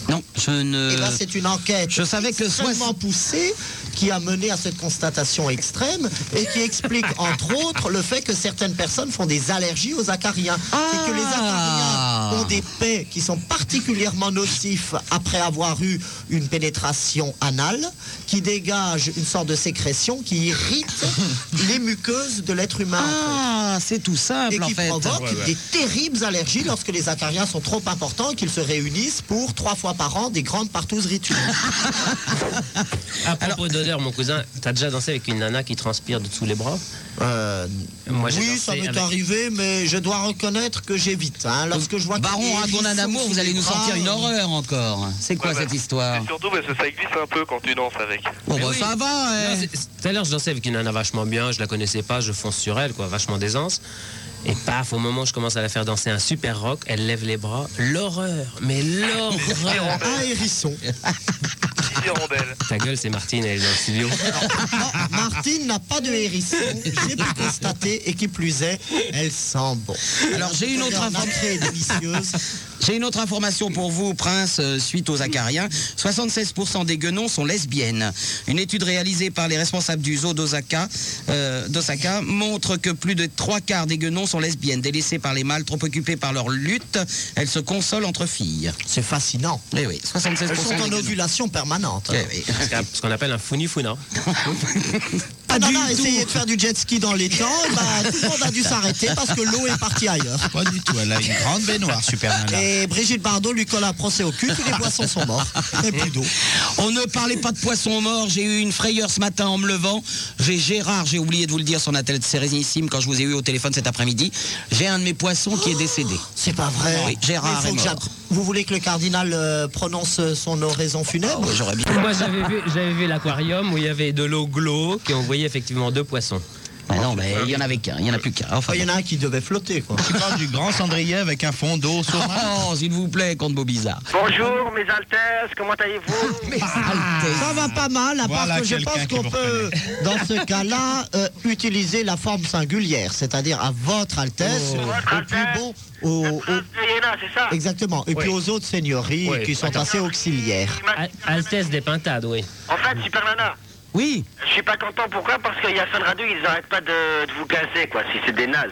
[SPEAKER 1] Non, je ne.
[SPEAKER 2] Et là, Eh ben, c'est une enquête
[SPEAKER 1] je savais que soit-
[SPEAKER 2] extrêmement poussée qui a mené à cette constatation extrême et qui explique, entre autres, le fait que certaines personnes font des allergies aux acariens. C'est que les
[SPEAKER 1] Ah.
[SPEAKER 2] acariens ont des paix qui sont particulièrement nocifs après avoir eu une pénétration anale, qui dégage une sorte de sécrétion qui irrite les muqueuses de l'être humain.
[SPEAKER 1] Ah, c'est tout
[SPEAKER 2] Et
[SPEAKER 1] simple en
[SPEAKER 2] qui
[SPEAKER 1] fait.
[SPEAKER 2] provoque des terribles allergies lorsque les acariens sont trop importants et qu'ils se réunissent pour trois fois par an des grandes partouses rituelles.
[SPEAKER 3] ben, À propos d'odeur, mon cousin, t'as déjà dansé avec une nana qui transpire de sous les bras
[SPEAKER 2] Euh,
[SPEAKER 3] Moi, j'ai
[SPEAKER 2] oui,
[SPEAKER 3] dansé
[SPEAKER 2] ça m'est
[SPEAKER 3] avec-
[SPEAKER 2] arrivé, mais je dois reconnaître que j'évite. hein. Lorsque je vois que les
[SPEAKER 1] Baron, raconte un
[SPEAKER 2] hélices
[SPEAKER 1] amour,
[SPEAKER 2] sous
[SPEAKER 1] vous
[SPEAKER 2] les
[SPEAKER 1] allez nous
[SPEAKER 2] bras,
[SPEAKER 1] sortir une
[SPEAKER 2] euh,
[SPEAKER 1] horreur encore. C'est quoi
[SPEAKER 7] Ouais, bah,
[SPEAKER 1] cette histoire
[SPEAKER 7] Et surtout parce que ça glisse un peu quand tu danses avec.
[SPEAKER 1] Bon,
[SPEAKER 3] Mais
[SPEAKER 1] bah,
[SPEAKER 3] oui.
[SPEAKER 1] ça va,
[SPEAKER 3] Non,
[SPEAKER 1] hein.
[SPEAKER 3] c'est- c'est- Tout à l'heure, je dansais avec une nana vachement bien, je la connaissais pas, je fonce sur elle, quoi, vachement d'aisance. Et paf, au moment où je commence à la faire danser un super rock, elle lève les bras. L'horreur, mais l'horreur
[SPEAKER 1] Ah,
[SPEAKER 2] Un hérisson.
[SPEAKER 7] Dix hirondelles.
[SPEAKER 3] Ta gueule, c'est Martine, elle est dans le studio.
[SPEAKER 2] Non, Martine n'a pas de hérisson, j'ai pu constater, et qui plus est, elle sent bon.
[SPEAKER 1] Alors, j'ai une autre info.
[SPEAKER 2] entrée délicieuse.
[SPEAKER 1] J'ai une autre information pour vous, Prince, euh, suite aux acariens. 76% des guenons sont lesbiennes. Une étude réalisée par les responsables du zoo d'Osaka euh, d'Osaka montre que plus de trois quarts des guenons sont lesbiennes. Délaissées par les mâles, trop occupées par leur lutte, elles se consolent entre filles.
[SPEAKER 2] C'est fascinant.
[SPEAKER 1] Eh oui, 76%
[SPEAKER 2] Elles sont
[SPEAKER 1] des
[SPEAKER 2] en
[SPEAKER 1] guenons.
[SPEAKER 2] ovulation permanente.
[SPEAKER 1] Eh oui.
[SPEAKER 3] C'est un- Ce qu'on appelle un funifuna.
[SPEAKER 2] Ah non, non, essayez de faire du jet ski dans les temps, et bah, tout le monde a dû s'arrêter parce que l'eau est partie ailleurs.
[SPEAKER 4] Pas du tout. Elle a une grande baignoire, super nana.
[SPEAKER 2] Et Brigitte Bardot lui colle un procès au cul, tous les poissons sont morts. Et plus d'eau.
[SPEAKER 1] On ne parlait pas de poisson mort. J'ai eu une frayeur ce matin en me levant. J'ai Gérard, j'ai oublié de vous le dire, son athlète sérénissime quand je vous ai eu au téléphone cet après-midi. J'ai un de mes poissons qui est décédé.
[SPEAKER 2] C'est pas vrai.
[SPEAKER 1] Oui, Gérard
[SPEAKER 2] Mais il faut
[SPEAKER 1] est
[SPEAKER 2] que
[SPEAKER 1] mort.
[SPEAKER 2] j'app- Vous voulez que le cardinal euh, prononce euh, son oraison funèbre
[SPEAKER 1] Ah J'aurais bien.
[SPEAKER 3] Moi, j'avais vu, j'avais vu l'aquarium où il y avait de l'eau glauque et on voyait effectivement deux poissons.
[SPEAKER 1] Ah non, mais il y en avait qu'un, il y en a plus qu'un. Enfin,
[SPEAKER 2] Enfin, Il y en a un qui devait flotter, quoi.
[SPEAKER 4] Tu parles du grand cendrier avec un fond d'eau sur
[SPEAKER 1] Oh, s'il vous plaît, comte Bobizard.
[SPEAKER 9] Bonjour mes Altesses, comment allez-vous
[SPEAKER 1] Mais
[SPEAKER 2] Ça va pas mal, à part
[SPEAKER 4] Voilà
[SPEAKER 2] que je
[SPEAKER 4] quelqu'un
[SPEAKER 2] pense
[SPEAKER 4] qui
[SPEAKER 2] qu'on
[SPEAKER 4] vous
[SPEAKER 2] peut, euh, dans ce cas-là, euh, utiliser la forme singulière, c'est-à-dire à votre Altesse,
[SPEAKER 1] Oh.
[SPEAKER 9] Votre
[SPEAKER 2] au plus
[SPEAKER 9] Altesse,
[SPEAKER 2] beau, au-
[SPEAKER 9] Prince
[SPEAKER 8] Ah,
[SPEAKER 2] au-
[SPEAKER 9] de Hénin, c'est ça
[SPEAKER 2] exactement, et puis
[SPEAKER 3] Oui.
[SPEAKER 2] aux autres seigneuries
[SPEAKER 3] Oui.
[SPEAKER 2] qui sont assez auxiliaires.
[SPEAKER 3] Al- Altesse des pintades, oui.
[SPEAKER 9] En fait, Super Nana,
[SPEAKER 1] Oui,
[SPEAKER 9] je suis pas content, pourquoi Parce qu'il y a Fun Radio, ils arrêtent pas de, de vous casser, quoi, si c'est des nazes.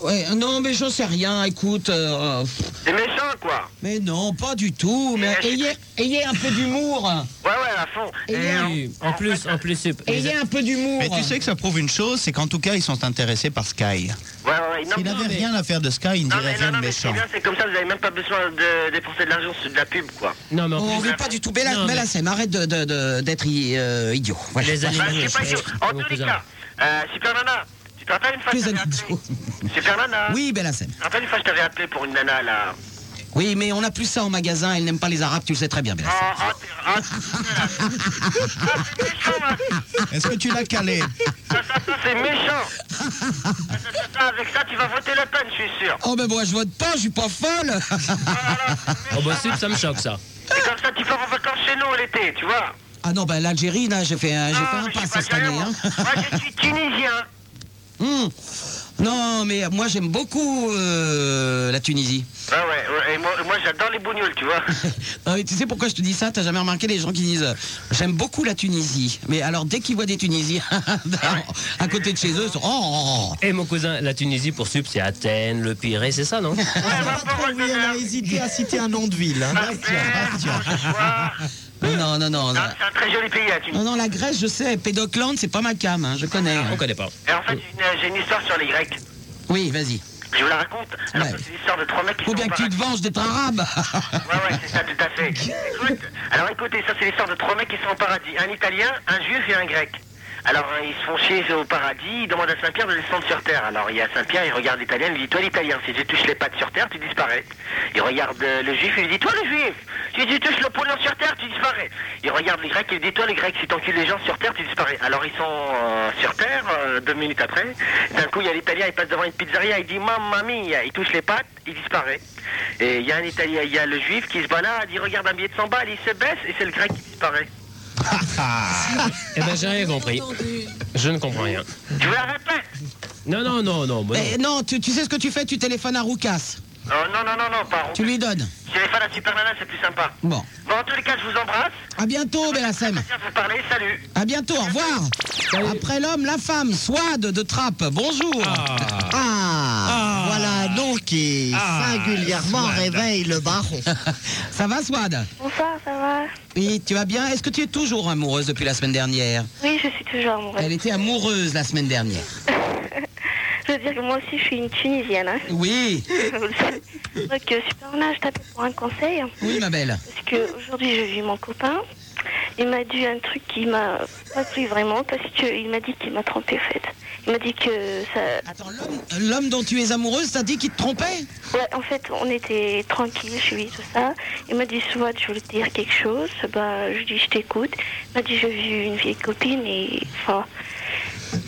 [SPEAKER 1] Ouais, non, mais j'en sais rien, écoute. euh, pff,
[SPEAKER 9] C'est méchant, quoi.
[SPEAKER 1] mais non, pas du tout. Mais ayez, ayez un peu d'humour.
[SPEAKER 9] Ouais, ouais, à fond. euh,
[SPEAKER 1] Ayez,
[SPEAKER 3] Et Eh En plus, en plus, c'est-
[SPEAKER 1] ayez un peu d'humour.
[SPEAKER 4] Mais tu sais que ça prouve une chose, c'est qu'en tout cas, ils sont intéressés par Sky.
[SPEAKER 9] Ouais, ouais, ouais. Non,
[SPEAKER 4] S'il
[SPEAKER 9] mais-
[SPEAKER 4] n'avait rien à faire de Sky, il ne
[SPEAKER 9] non, mais,
[SPEAKER 4] dirait
[SPEAKER 9] non,
[SPEAKER 4] rien
[SPEAKER 9] non,
[SPEAKER 4] de
[SPEAKER 9] mais c'est
[SPEAKER 4] méchant.
[SPEAKER 9] bien, c'est comme ça, vous n'avez même pas besoin de dépenser de l'argent sur de la pub, quoi.
[SPEAKER 3] non, mais en
[SPEAKER 1] On
[SPEAKER 3] plus,
[SPEAKER 1] n'est Oh, pas du tout Bella,
[SPEAKER 3] Non, mais-
[SPEAKER 1] Belassem, arrête de- de- de- d'être i- euh, idiot. Voilà.
[SPEAKER 3] les
[SPEAKER 9] Bah, je
[SPEAKER 3] animaux.
[SPEAKER 9] sais pas, idiot. En tous les cas, euh, Super Nana, tu te rappelles une fois que
[SPEAKER 1] Les
[SPEAKER 9] je t'avais
[SPEAKER 1] animaux.
[SPEAKER 9] appelé Super Nana
[SPEAKER 1] Oui, Belassem.
[SPEAKER 9] Tu te rappelles une fois que je t'avais appelé pour une nana, là
[SPEAKER 1] Oui, mais on n'a plus ça en magasin, elle n'aime pas les Arabes, tu le sais très bien,
[SPEAKER 9] Oh,
[SPEAKER 1] Belassem.
[SPEAKER 9] oh, t'es- oh, t'es- ah, c'est méchant,
[SPEAKER 4] Est-ce que tu l'as calé
[SPEAKER 9] hein. Ça, ça, ça, c'est méchant. Ça, ça, ça, ça, avec ça, tu vas voter Le Pen, je suis sûr.
[SPEAKER 1] Oh, mais moi, je vote pas, je suis pas folle bah,
[SPEAKER 9] Oh
[SPEAKER 1] Ah.
[SPEAKER 9] là là, c'est
[SPEAKER 3] Au
[SPEAKER 9] méchant.
[SPEAKER 3] possible, ça me choque, ça.
[SPEAKER 9] Et comme ça, tu pars en vacances chez nous l'été, tu vois.
[SPEAKER 1] Ah non, ben l'Algérie, là, j'ai fait un, j'ai
[SPEAKER 9] Non,
[SPEAKER 1] fait un
[SPEAKER 9] Ah, mais je
[SPEAKER 1] pas
[SPEAKER 9] suis
[SPEAKER 1] ça,
[SPEAKER 9] pas
[SPEAKER 1] cette année.
[SPEAKER 9] sérieux,
[SPEAKER 1] hein.
[SPEAKER 9] moi. Moi, je suis tunisien.
[SPEAKER 1] Hum. Non, mais moi, j'aime beaucoup euh, la Tunisie.
[SPEAKER 9] Ah ouais, ouais, et moi, moi, j'adore les bougnoules, tu vois.
[SPEAKER 1] Ah oui, tu sais pourquoi je te dis ça T'as jamais remarqué les gens qui disent euh, J'aime beaucoup la Tunisie. Mais alors, dès qu'ils voient des Tunisiens à côté de chez eux, ils sont, Oh
[SPEAKER 3] Et Eh, mon cousin, la Tunisie, pour sup, c'est Athènes, le Pirée, c'est ça, non Eh
[SPEAKER 2] Ah,
[SPEAKER 9] Ouais, moi, pour moi,
[SPEAKER 2] oui, elle a hésité à citer un nom de ville. hein.
[SPEAKER 9] Marseille, Rochechouart.
[SPEAKER 1] Non, non, non. non.
[SPEAKER 9] Ah, C'est un très joli pays, la Tunisie.
[SPEAKER 1] Non, non, la Grèce, je sais, Pédoclande, c'est pas ma cam, hein, je
[SPEAKER 9] Ah,
[SPEAKER 1] connais.
[SPEAKER 3] On connaît pas.
[SPEAKER 9] Et en fait, j'ai une- j'ai une histoire euh, sur les Grecs.
[SPEAKER 1] Oui, vas-y.
[SPEAKER 9] Je vous la raconte. Alors,
[SPEAKER 1] Ouais.
[SPEAKER 9] que c'est l'histoire de trois mecs qui
[SPEAKER 1] Faut
[SPEAKER 9] sont
[SPEAKER 1] bien que tu te venges d'être arabe.
[SPEAKER 9] Ouais, ouais, c'est ça, tout à fait. Écoute, alors écoutez, ça, c'est l'histoire de trois mecs qui sont au paradis. Un Italien, un Juif et un Grec. Alors, euh, ils se font chier au paradis, ils demandent à Saint-Pierre de descendre sur Terre. Alors, il y a Saint-Pierre, il regarde l'Italien, il lui dit, toi l'Italien, si tu touches les pattes sur Terre, tu disparais. Il regarde euh, le Juif, il lui dit, toi le Juif, si tu touches le pognon sur Terre, tu disparais. Il regarde les Grecs, il lui dit, toi les Grecs, si t'encules les gens sur Terre, tu disparais. Alors, ils sont euh, sur Terre, euh, deux minutes après. D'un coup, il y a l'Italien, il passe devant une pizzeria, il dit, mamma mia, il touche les pattes, il disparaît. Et il y a un Italien, il y a le Juif qui se balade, il regarde un billet de 100 balles, il se baisse, et c'est le Grec qui disparaît.
[SPEAKER 3] Eh ben, j'ai rien compris. Je ne comprends rien.
[SPEAKER 9] Je vous la répète.
[SPEAKER 3] Non, non, non, non. moi, non.
[SPEAKER 1] Eh, non, tu, tu sais ce que tu fais Tu téléphones à Roukas.
[SPEAKER 9] Oh, non, non, non, non, pas
[SPEAKER 1] Tu lui donnes.
[SPEAKER 9] Téléphone à Super Nana, c'est plus sympa.
[SPEAKER 1] Bon.
[SPEAKER 9] Bon, en tous les cas, je vous embrasse.
[SPEAKER 1] À bientôt, Belassem.
[SPEAKER 9] Tiens, vous parlez, salut.
[SPEAKER 1] À bientôt, au revoir. Après l'homme, la femme, Swad de Trappe. Bonjour.
[SPEAKER 3] Ah.
[SPEAKER 2] Ah,
[SPEAKER 3] Ah.
[SPEAKER 2] voilà un nom qui
[SPEAKER 3] Ah,
[SPEAKER 2] singulièrement
[SPEAKER 3] Swad.
[SPEAKER 2] réveille le baron.
[SPEAKER 1] Ça va, Swad
[SPEAKER 10] Bonsoir, ça va
[SPEAKER 1] Oui, tu vas bien Est-ce que tu es toujours amoureuse depuis la semaine dernière
[SPEAKER 10] Oui, je suis toujours amoureuse.
[SPEAKER 1] Elle était amoureuse la semaine dernière.
[SPEAKER 10] Je veux dire que moi aussi, je suis une Tunisienne. Hein.
[SPEAKER 1] Oui,
[SPEAKER 10] Vous le savez. Donc, euh, super, là, je t'appelle pour un conseil.
[SPEAKER 1] oui, ma belle.
[SPEAKER 10] Parce que aujourd'hui, j'ai vu mon copain. Il m'a dit un truc qui m'a pas plu vraiment parce qu'il m'a dit qu'il m'a trompé en fait. Il m'a dit que ça.
[SPEAKER 1] Attends, l'homme- l'homme dont tu es amoureuse t'a dit qu'il te trompait
[SPEAKER 10] Ouais, en fait, on était tranquille chez lui, tout ça. Il m'a dit souvent, je voulais te dire quelque chose. Bah, je lui dis, je t'écoute. Il m'a dit, j'ai vu une vieille copine et. Enfin.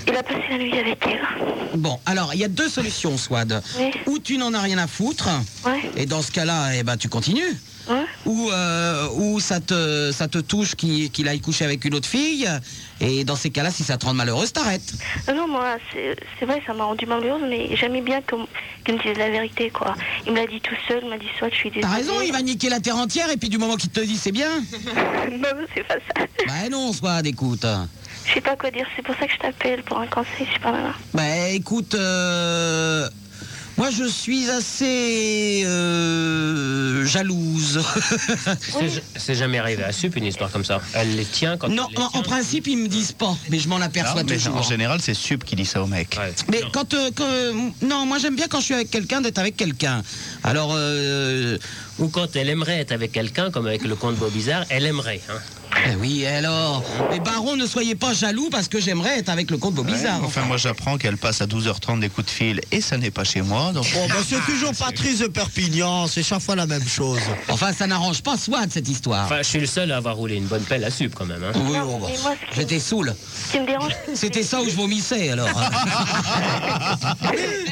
[SPEAKER 10] Il a passé la nuit avec elle.
[SPEAKER 1] Bon, alors, il y a deux solutions, Swad.
[SPEAKER 10] Oui.
[SPEAKER 1] Ou tu n'en as rien à foutre,
[SPEAKER 10] Ouais,
[SPEAKER 1] et dans ce cas-là, eh ben, tu continues.
[SPEAKER 10] ouais.
[SPEAKER 1] Ou, euh, ou ça, te, ça te touche qu'il qu'il aille coucher avec une autre fille, et dans ces cas-là, si ça te rend malheureuse, t'arrêtes.
[SPEAKER 10] Non, Ah non, moi, c'est c'est vrai, ça m'a rendu malheureuse, mais j'aimais bien qu'on- qu'il me dise la vérité, quoi. Il me l'a dit tout seul, il m'a dit soit je suis désolée.
[SPEAKER 1] T'as raison, il va niquer la terre entière, et puis du moment qu'il te dit c'est bien,
[SPEAKER 10] non, c'est pas ça.
[SPEAKER 1] bah non, Swad, écoute.
[SPEAKER 10] Je sais pas quoi dire, c'est pour ça que je t'appelle pour un conseil, je sais pas, maman.
[SPEAKER 1] Bah écoute, euh, moi je suis assez euh, jalouse. Eh,
[SPEAKER 3] C'est- C'est jamais arrivé à sup, une histoire comme ça. Elle les tient quand
[SPEAKER 1] non,
[SPEAKER 3] elle les
[SPEAKER 1] en, en
[SPEAKER 3] tient.
[SPEAKER 1] principe ils me disent pas, mais je m'en aperçois
[SPEAKER 4] Non, mais
[SPEAKER 1] toujours.
[SPEAKER 4] en général, c'est Sub qui dit ça au mec.
[SPEAKER 3] Ouais.
[SPEAKER 1] Mais quand, euh, quand- non, moi j'aime bien quand je suis avec quelqu'un d'être avec quelqu'un. Alors euh,
[SPEAKER 3] Ou quand elle aimerait être avec quelqu'un, comme avec le comte Bobizarre, elle aimerait. hein.
[SPEAKER 1] eh oui, alors les barons ne soyez pas jaloux parce que j'aimerais être avec le comte
[SPEAKER 4] Ouais,
[SPEAKER 1] Bobizarre.
[SPEAKER 4] Enfin, moi, j'apprends qu'elle passe à 12h30 des coups de fil et ça n'est pas chez moi. Donc,
[SPEAKER 2] Bon, ben, c'est toujours Patrice de Perpignan, c'est chaque fois la même chose.
[SPEAKER 1] Enfin, ça n'arrange pas Swad cette histoire.
[SPEAKER 3] Enfin, je suis le seul à avoir roulé une bonne pelle à sup quand même. hein.
[SPEAKER 1] Oui,
[SPEAKER 10] Non,
[SPEAKER 1] bon, bon,
[SPEAKER 10] mais moi, ce qui-
[SPEAKER 1] J'étais saoul.
[SPEAKER 10] Ce qui me dérange,
[SPEAKER 1] C'était ça où je vomissais alors.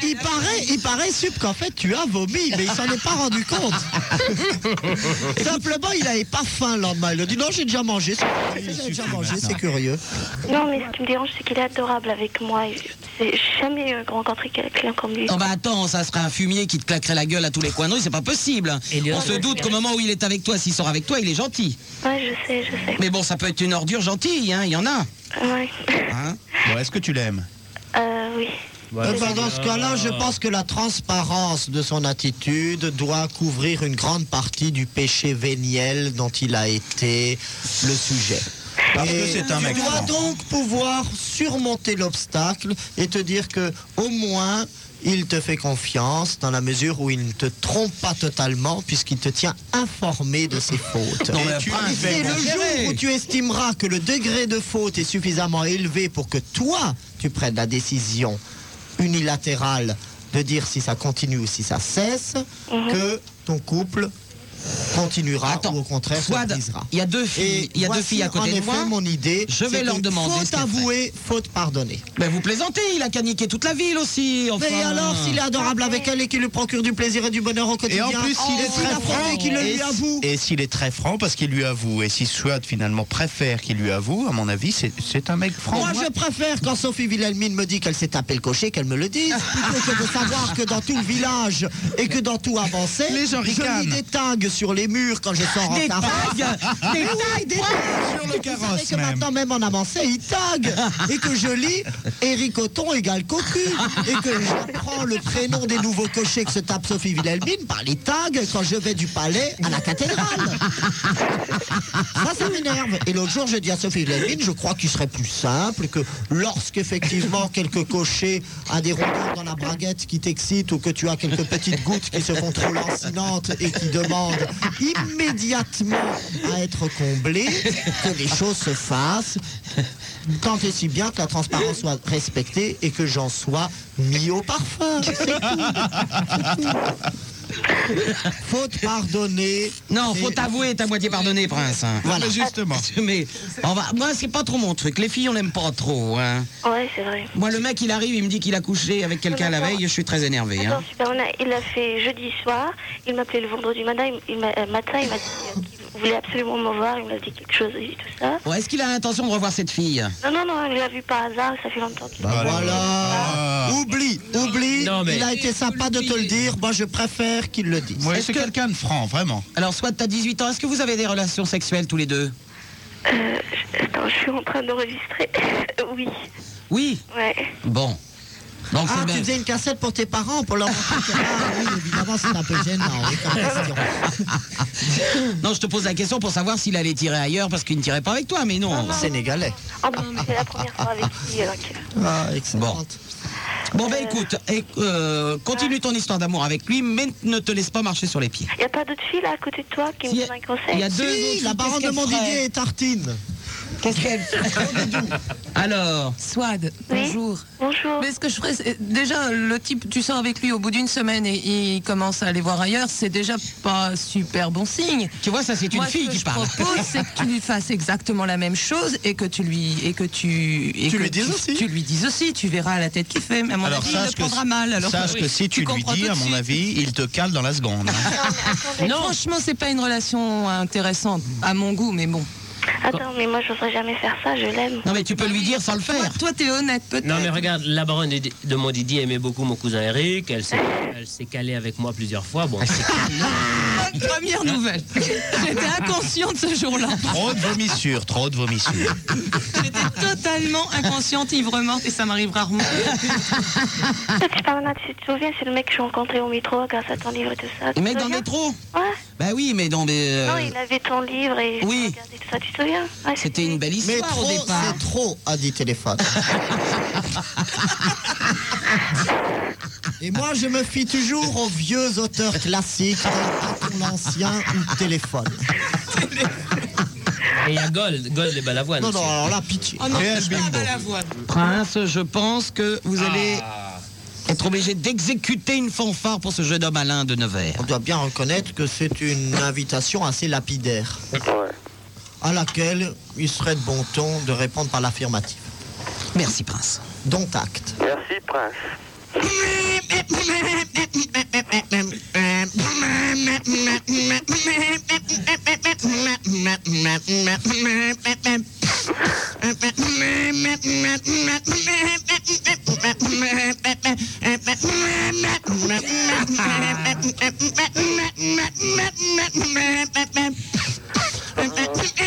[SPEAKER 2] Il paraît, il paraît Sup, qu'en fait tu as vomi, mais il s'en est pas rendu compte. Simplement, il n'avait pas faim le lendemain. Il a dit non, j'ai déjà mangé. c'est- J'ai déjà mangé, c'est curieux.
[SPEAKER 10] non, mais ce qui me dérange, c'est qu'il est adorable avec moi. et J'ai jamais euh, rencontré quelqu'un comme lui.
[SPEAKER 1] Non bah attends, ça serait un fumier qui te claquerait la gueule à tous les coins de rue, c'est pas possible.
[SPEAKER 3] Et les
[SPEAKER 1] On
[SPEAKER 3] autres,
[SPEAKER 1] se
[SPEAKER 3] on
[SPEAKER 1] doute
[SPEAKER 3] se
[SPEAKER 1] qu'au moment où il est avec toi, s'il sort avec toi, il est gentil.
[SPEAKER 10] Ouais, je sais, je sais.
[SPEAKER 1] Mais bon, ça peut être une ordure gentille, hein, il y en a.
[SPEAKER 10] Ouais.
[SPEAKER 1] hein.
[SPEAKER 4] bon, est-ce que tu l'aimes
[SPEAKER 10] Euh, oui.
[SPEAKER 3] Voilà.
[SPEAKER 2] Eh ben, dans ce cas-là, je pense que la transparence de son attitude doit couvrir une grande partie du péché véniel dont il a été le sujet.
[SPEAKER 4] Parce que
[SPEAKER 2] Et
[SPEAKER 4] c'est un
[SPEAKER 2] tu
[SPEAKER 4] mec
[SPEAKER 2] dois
[SPEAKER 4] franc.
[SPEAKER 2] donc pouvoir surmonter l'obstacle et te dire que au moins il te fait confiance dans la mesure où il ne te trompe pas totalement puisqu'il te tient informé de ses fautes.
[SPEAKER 4] Non, mais
[SPEAKER 2] Et tu-
[SPEAKER 4] après, il fait
[SPEAKER 2] c'est le
[SPEAKER 1] conférer.
[SPEAKER 2] jour où tu estimeras que le degré de faute est suffisamment élevé pour que toi, tu prennes la décision unilatérale de dire si ça continue ou si ça cesse, que ton couple continuera
[SPEAKER 1] Attends,
[SPEAKER 2] ou au contraire se
[SPEAKER 1] Fouad,
[SPEAKER 2] brisera.
[SPEAKER 1] il y a deux filles, il y a deux
[SPEAKER 2] voici,
[SPEAKER 1] filles à côté
[SPEAKER 2] en
[SPEAKER 1] de
[SPEAKER 2] effet,
[SPEAKER 1] moi.
[SPEAKER 2] mon idée,
[SPEAKER 1] Je vais
[SPEAKER 2] c'est
[SPEAKER 1] leur
[SPEAKER 2] que
[SPEAKER 1] demander ce
[SPEAKER 2] Faute
[SPEAKER 1] qu'elles
[SPEAKER 2] avouée, faute pardonnée.
[SPEAKER 1] Mais Ben, vous plaisantez, il a caniqué toute la ville aussi. Enfin.
[SPEAKER 2] Mais alors, s'il est adorable avec elle et qu'il lui procure du plaisir et du bonheur au
[SPEAKER 4] Et
[SPEAKER 2] quotidien,
[SPEAKER 4] en plus, s'il est
[SPEAKER 2] ensuite,
[SPEAKER 4] très
[SPEAKER 2] Oh, la faute
[SPEAKER 4] franc,
[SPEAKER 2] est qu'il le
[SPEAKER 4] et-
[SPEAKER 2] lui avoue.
[SPEAKER 4] et s'il est très franc parce qu'il lui avoue, et si Swat finalement préfère qu'il lui avoue, à mon avis, c'est- c'est un mec franc.
[SPEAKER 2] Moi, je préfère quand Sophie Wilhelmine me dit qu'elle s'est tapé le cocher, qu'elle me le dise, plutôt que de savoir que dans tout le village et que dans tout avancé,
[SPEAKER 4] Les gens
[SPEAKER 2] je
[SPEAKER 4] ricanent. Ah,
[SPEAKER 2] lis des tags sur les murs quand je sors en
[SPEAKER 1] Des
[SPEAKER 2] carrosse.
[SPEAKER 1] tags, des
[SPEAKER 2] Mais oui,
[SPEAKER 1] tags,
[SPEAKER 2] des tags
[SPEAKER 4] sur le
[SPEAKER 2] Vous savez
[SPEAKER 4] carrosse
[SPEAKER 2] que
[SPEAKER 4] même.
[SPEAKER 2] maintenant, même en avancé, ils taguent et que je lis Eric Othon égale cocu et que j'apprends le prénom des nouveaux cochers que se tape Sophie Wilhelmine par les tags quand je vais du palais à la cathédrale. Ça, ça m'énerve. Et l'autre jour, j'ai dit à Sophie Lamine, je crois qu'il serait plus simple que lorsqu'effectivement quelques cochers a des rondeurs dans la braguette qui t'excitent ou que tu as quelques petites gouttes qui se font trop lancinantes et qui demandent immédiatement à être comblées, que les choses se fassent tant et si bien que la transparence soit respectée et que j'en sois mis au parfum. C'est tout. C'est tout. Faute pardonnée.
[SPEAKER 1] Non, faut
[SPEAKER 2] Et-
[SPEAKER 1] t'avouer, t'as moitié pardonné, prince. hein.
[SPEAKER 2] Voilà.
[SPEAKER 4] Mais justement.
[SPEAKER 1] Mais on va... moi, c'est pas trop mon truc. Les filles, on l'aime pas trop. hein.
[SPEAKER 10] Ouais, c'est vrai.
[SPEAKER 1] Moi, le mec, il arrive, il me dit qu'il a couché avec quelqu'un la veille. Je suis très énervé. hein.
[SPEAKER 10] Attends, super, on a- il l'a fait jeudi soir, il m'a appelé le vendredi matin, il, il m'a, euh, matin, il m'a dit euh, qu'il voulait absolument me voir, il m'a dit quelque chose et tout ça.
[SPEAKER 1] Ouais, Est-ce qu'il a l'intention de revoir cette fille Bah,
[SPEAKER 10] Non, non, non, il l'a vu par hasard, ça fait longtemps qu'il...
[SPEAKER 4] Bah,
[SPEAKER 2] Voilà.
[SPEAKER 1] Ah.
[SPEAKER 4] Voilà.
[SPEAKER 2] Oublie, oublie.
[SPEAKER 3] Non, mais-
[SPEAKER 2] Il a été sympa de te le dire. Moi, je préfère qu'il le dise.
[SPEAKER 4] Ouais,
[SPEAKER 1] Est-ce
[SPEAKER 4] c'est
[SPEAKER 1] que-
[SPEAKER 4] quelqu'un de franc, vraiment.
[SPEAKER 1] Alors, soit t'as 18 ans, est-ce que vous avez des relations sexuelles tous les deux
[SPEAKER 10] Euh, je- attends, je suis en train d'enregistrer. oui,
[SPEAKER 1] Oui.
[SPEAKER 10] ouais.
[SPEAKER 1] Bon. Donc,
[SPEAKER 2] Ah,
[SPEAKER 1] c'est
[SPEAKER 2] tu
[SPEAKER 1] bien.
[SPEAKER 2] faisais une cassette pour tes parents, pour leur montrer que- Ah oui, évidemment, c'est un peu gênant. hein, oui, comme question.
[SPEAKER 1] Non, je te pose la question pour savoir s'il allait tirer ailleurs parce qu'il ne tirait pas avec toi, mais
[SPEAKER 10] Ah,
[SPEAKER 1] non.
[SPEAKER 2] Sénégalais.
[SPEAKER 10] En plus, bah c'est la première fois avec lui, euh, alors que...
[SPEAKER 2] Ah, excellent.
[SPEAKER 1] Bon, ben écoute, éc- euh, continue ton histoire d'amour avec lui, mais ne te laisse pas marcher sur les pieds.
[SPEAKER 10] Il n'y a pas d'autres filles là à côté de toi qui
[SPEAKER 1] Si,
[SPEAKER 10] me donnent un conseil
[SPEAKER 1] il y a deux
[SPEAKER 2] Si,
[SPEAKER 1] autres,
[SPEAKER 2] la
[SPEAKER 1] qu'est-ce
[SPEAKER 2] baronne de
[SPEAKER 1] qu'elle
[SPEAKER 2] Montdidier
[SPEAKER 1] ferait
[SPEAKER 2] est tartine.
[SPEAKER 5] Qu'est-ce qu'elle
[SPEAKER 1] Alors,
[SPEAKER 5] Swad,
[SPEAKER 10] Oui.
[SPEAKER 5] bonjour.
[SPEAKER 10] Bonjour.
[SPEAKER 5] Mais ce que je ferais, c'est- déjà, le type, tu sors avec lui au bout d'une semaine et il commence à aller voir ailleurs, c'est déjà pas super bon signe.
[SPEAKER 1] tu vois, ça c'est une
[SPEAKER 5] Moi,
[SPEAKER 1] fille
[SPEAKER 5] ce que
[SPEAKER 1] qui
[SPEAKER 5] je
[SPEAKER 1] parle.
[SPEAKER 5] propose, c'est que tu lui fasses exactement la même chose et que tu lui et que tu et
[SPEAKER 4] Tu
[SPEAKER 5] que
[SPEAKER 4] lui dises aussi.
[SPEAKER 5] Tu lui dises aussi. Tu verras la tête qu'il fait. Mais à mon avis, il le prendra mal. Alors
[SPEAKER 4] sache que si tu, lui
[SPEAKER 5] comprends
[SPEAKER 4] dis,
[SPEAKER 5] tout
[SPEAKER 4] à
[SPEAKER 5] de
[SPEAKER 4] mon
[SPEAKER 5] suite.
[SPEAKER 4] avis, il te cale dans la seconde. hein.
[SPEAKER 10] Attendez,
[SPEAKER 5] Non, franchement, c'est pas une relation intéressante à mon goût, mais bon.
[SPEAKER 10] Attends, mais moi, je n'oserais jamais faire ça, je l'aime.
[SPEAKER 1] Non, mais tu peux lui dire sans le faire.
[SPEAKER 5] Toi, t'es honnête, peut-être.
[SPEAKER 3] Non, mais regarde, la baronne de, de Montdidier aimait beaucoup mon cousin Eric. Elle s'est, elle s'est calée avec moi plusieurs fois. Bon, c'est-
[SPEAKER 5] Première nouvelle. J'étais inconsciente ce jour-là.
[SPEAKER 4] trop de vomissures, trop de vomissures.
[SPEAKER 5] J'étais totalement inconsciente, ivre-morte, et ça m'arrive rarement.
[SPEAKER 10] Toi, tu parles là, tu te souviens, c'est le mec que je rencontrais au métro grâce à ton livre et tout ça. Tu
[SPEAKER 1] Mais
[SPEAKER 10] te
[SPEAKER 1] dans le
[SPEAKER 10] souviens
[SPEAKER 1] métro
[SPEAKER 10] Ouais.
[SPEAKER 1] Bah oui, mais dans mais, euh,
[SPEAKER 10] Non, il avait ton livre et
[SPEAKER 1] oui.
[SPEAKER 10] je regardais tout ça, tu te souviens Ouais,
[SPEAKER 1] C'était une belle
[SPEAKER 2] Mais
[SPEAKER 1] histoire
[SPEAKER 2] trop,
[SPEAKER 1] au départ.
[SPEAKER 2] c'est trop, a dit téléphone. Et moi, je me fie toujours aux vieux auteurs classiques, tels l'ancien ou téléphone.
[SPEAKER 3] et il y a Gold, Gold et Balavoine.
[SPEAKER 2] Non,
[SPEAKER 3] aussi.
[SPEAKER 2] non, alors là, pitié.
[SPEAKER 1] Ah
[SPEAKER 2] Eh,
[SPEAKER 5] Oh non,
[SPEAKER 4] Réel
[SPEAKER 5] touche pas
[SPEAKER 4] bimbo.
[SPEAKER 5] à la voix.
[SPEAKER 1] Prince, je pense que vous
[SPEAKER 2] Ah.
[SPEAKER 1] allez être obligé d'exécuter une fanfare pour ce jeune homme Alain de Nevers.
[SPEAKER 2] On doit bien reconnaître que c'est une invitation assez lapidaire,
[SPEAKER 11] Ouais.
[SPEAKER 2] à laquelle il serait de bon ton de répondre par l'affirmative.
[SPEAKER 1] Merci, Prince.
[SPEAKER 2] Dont acte.
[SPEAKER 11] Merci, Prince.
[SPEAKER 2] Prince,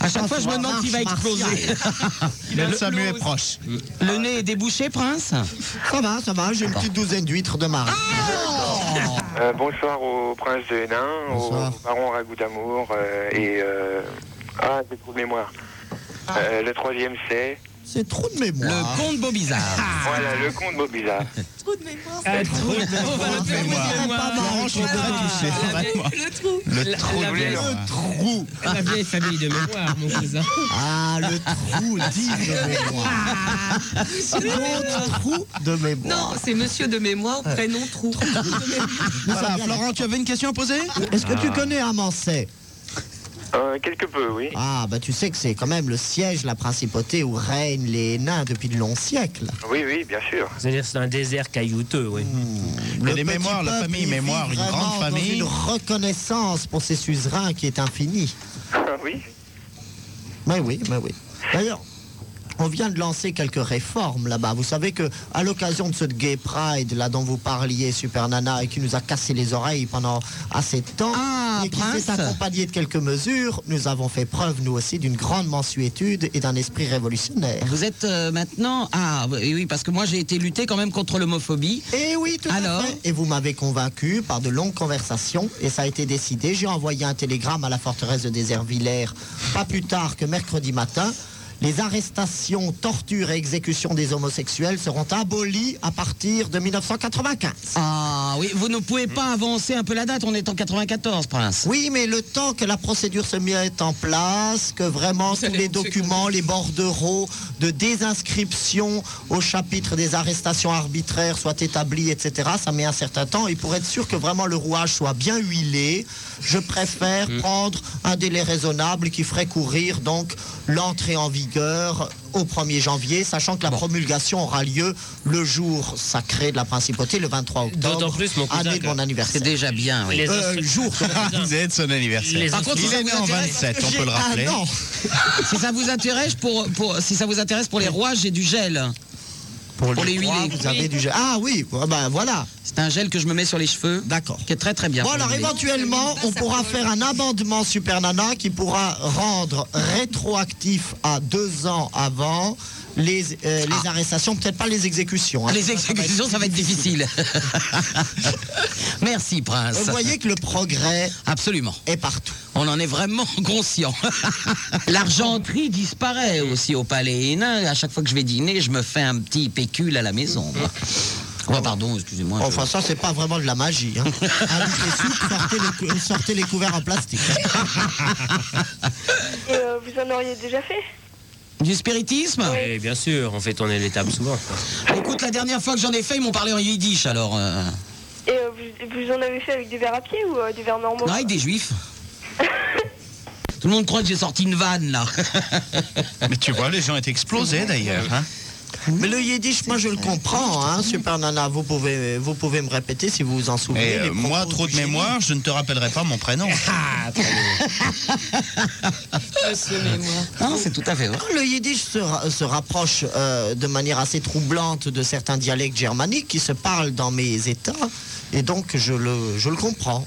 [SPEAKER 1] À chaque fois, je me demande s'il va exploser.
[SPEAKER 4] Mais le Samu est proche.
[SPEAKER 1] Le nez est débouché, Prince Ah
[SPEAKER 2] Ça va, ça va, j'ai une petite douzaine d'huîtres de marin.
[SPEAKER 12] Euh, bonsoir au prince de Hénin, au baron Ragout d'Amour euh, et. euh, ah, j'ai trop de mémoire. Euh, le troisième c'est.
[SPEAKER 2] C'est trop de mémoire. Ah,
[SPEAKER 1] Le comte Bobizard.
[SPEAKER 12] Voilà, le comte Bobizard.
[SPEAKER 1] Un trou de mémoire.
[SPEAKER 4] Le trou.
[SPEAKER 12] Le
[SPEAKER 2] trou.
[SPEAKER 11] La vieille famille de mémoire, mon cousin.
[SPEAKER 2] Ah, le trou dit de mémoire. Comte trou de mémoire.
[SPEAKER 13] Non, c'est monsieur de mémoire, prénom trou.
[SPEAKER 4] Voilà, Florent, tu avais une question à poser
[SPEAKER 2] Est-ce que tu
[SPEAKER 12] Ah.
[SPEAKER 2] connais Amancet
[SPEAKER 12] Euh, quelque peu, oui.
[SPEAKER 2] Ah, bah tu sais que c'est quand même le siège, la principauté où règnent les nains depuis de longs siècles.
[SPEAKER 12] Oui, oui, bien sûr.
[SPEAKER 3] C'est-à-dire c'est un désert caillouteux, oui.
[SPEAKER 4] Mais
[SPEAKER 2] Le
[SPEAKER 4] les
[SPEAKER 2] petit
[SPEAKER 4] mémoires, la
[SPEAKER 2] peuple,
[SPEAKER 4] famille
[SPEAKER 2] il vit
[SPEAKER 4] mémoire, une
[SPEAKER 2] vraiment
[SPEAKER 4] grande
[SPEAKER 2] dans
[SPEAKER 4] famille.
[SPEAKER 2] une reconnaissance pour ses suzerains qui est infinie.
[SPEAKER 12] Ah oui
[SPEAKER 2] Mais oui, mais oui. D'ailleurs, on vient de lancer quelques réformes là-bas. Vous savez que à l'occasion de ce Gay Pride là dont vous parliez, Super Nana, et qui nous a cassé les oreilles pendant assez de temps,
[SPEAKER 4] Ah,
[SPEAKER 2] et qui
[SPEAKER 1] Prince.
[SPEAKER 2] s'est accompagné de quelques mesures, nous avons fait preuve nous aussi d'une grande mansuétude et d'un esprit révolutionnaire.
[SPEAKER 1] Vous êtes euh, maintenant. Ah, oui, oui, parce que moi, j'ai été lutter quand même contre l'homophobie.
[SPEAKER 2] Et Eh oui, tout
[SPEAKER 1] Alors
[SPEAKER 2] à fait. Et vous m'avez convaincu par de longues conversations et ça a été décidé. J'ai envoyé un télégramme à la forteresse de Désertvillers pas plus tard que mercredi matin. Les arrestations, tortures et exécutions des homosexuels seront abolies à partir de 1995.
[SPEAKER 1] Ah, oui, vous ne pouvez pas avancer un peu la date, on est en 94, Prince.
[SPEAKER 2] Oui, mais le temps que la procédure se mette en place, que vraiment tous les documents, les bordereaux de désinscription au chapitre des arrestations arbitraires soient établis, etc., ça met un certain temps. Et pour être sûr que vraiment le rouage soit bien huilé, je préfère prendre un délai raisonnable qui ferait courir donc l'entrée en vigueur au 1er janvier, sachant que la promulgation aura lieu le jour sacré de la principauté, le 23 octobre,
[SPEAKER 3] D'autant plus, mon cousin,
[SPEAKER 2] année de
[SPEAKER 3] que
[SPEAKER 2] mon Ah, anniversaire.
[SPEAKER 1] C'est déjà bien, ah, oui.
[SPEAKER 3] Les
[SPEAKER 2] Euh,
[SPEAKER 3] instructions-
[SPEAKER 2] jour.
[SPEAKER 4] Vous êtes son anniversaire.
[SPEAKER 3] Les
[SPEAKER 1] Par contre,
[SPEAKER 4] Il
[SPEAKER 1] ça
[SPEAKER 4] est
[SPEAKER 1] vous
[SPEAKER 4] né en
[SPEAKER 1] intéresse
[SPEAKER 4] 27, on
[SPEAKER 1] J'ai
[SPEAKER 4] peut le
[SPEAKER 1] un
[SPEAKER 4] rappeler.
[SPEAKER 1] an. si ça vous intéresse pour, pour si ça vous intéresse pour les rois, j'ai du gel. Pour, les
[SPEAKER 2] Trois,
[SPEAKER 1] huiler.
[SPEAKER 2] Vous avez du gel. Ah oui, ah bah voilà.
[SPEAKER 1] C'est un gel que je me mets sur les cheveux,
[SPEAKER 2] D'accord.
[SPEAKER 1] qui est très très bien.
[SPEAKER 2] Bon
[SPEAKER 1] pour
[SPEAKER 2] alors
[SPEAKER 1] les huiler.
[SPEAKER 2] éventuellement, on pourra faire un amendement Super Nana qui pourra rendre rétroactif à deux ans avant les, euh, les arrestations, peut-être pas les exécutions. hein.
[SPEAKER 1] Ah. Les exécutions, ça va être difficile. Ah, Merci, Prince.
[SPEAKER 2] Vous voyez que le progrès
[SPEAKER 1] Absolument.
[SPEAKER 2] est partout.
[SPEAKER 1] On en est vraiment conscient. L'argenterie disparaît aussi au palais Hénin. À chaque fois que je vais dîner, je me fais un petit pécule à la maison. moi. Oh, pardon, excusez-moi. je-
[SPEAKER 2] Enfin ça c'est pas vraiment de la magie. Hein. Ajoutez soupe, sortez les, cou- sortez les couverts en plastique.
[SPEAKER 6] Et euh, vous en auriez déjà fait
[SPEAKER 1] Du spiritisme
[SPEAKER 3] Et bien sûr, on fait tourner les tables souvent. quoi.
[SPEAKER 1] Bah, Écoute, la dernière fois que j'en ai fait, ils m'ont parlé en yiddish, alors... euh,
[SPEAKER 6] Et euh, vous, vous en avez fait avec des verres à pied ou euh, des verres normaux
[SPEAKER 4] Ah,
[SPEAKER 1] Non, avec des juifs. Tout le monde croit que j'ai sorti une vanne, là.
[SPEAKER 4] Mais tu vois, les gens étaient explosés d'ailleurs. hein.
[SPEAKER 2] Mais le yiddish, moi je le comprends, hein, Super Nana. Vous pouvez, vous pouvez me répéter si vous vous en souvenez.
[SPEAKER 4] Et euh,
[SPEAKER 2] les propos
[SPEAKER 4] moi, trop
[SPEAKER 2] du
[SPEAKER 4] de
[SPEAKER 2] génie.
[SPEAKER 4] mémoire, je ne te rappellerai pas mon prénom.
[SPEAKER 1] Non, c'est tout à fait vrai.
[SPEAKER 2] Le yiddish se, ra- se rapproche euh, de manière assez troublante de certains dialectes germaniques qui se parlent dans mes États, et donc je le, je le comprends.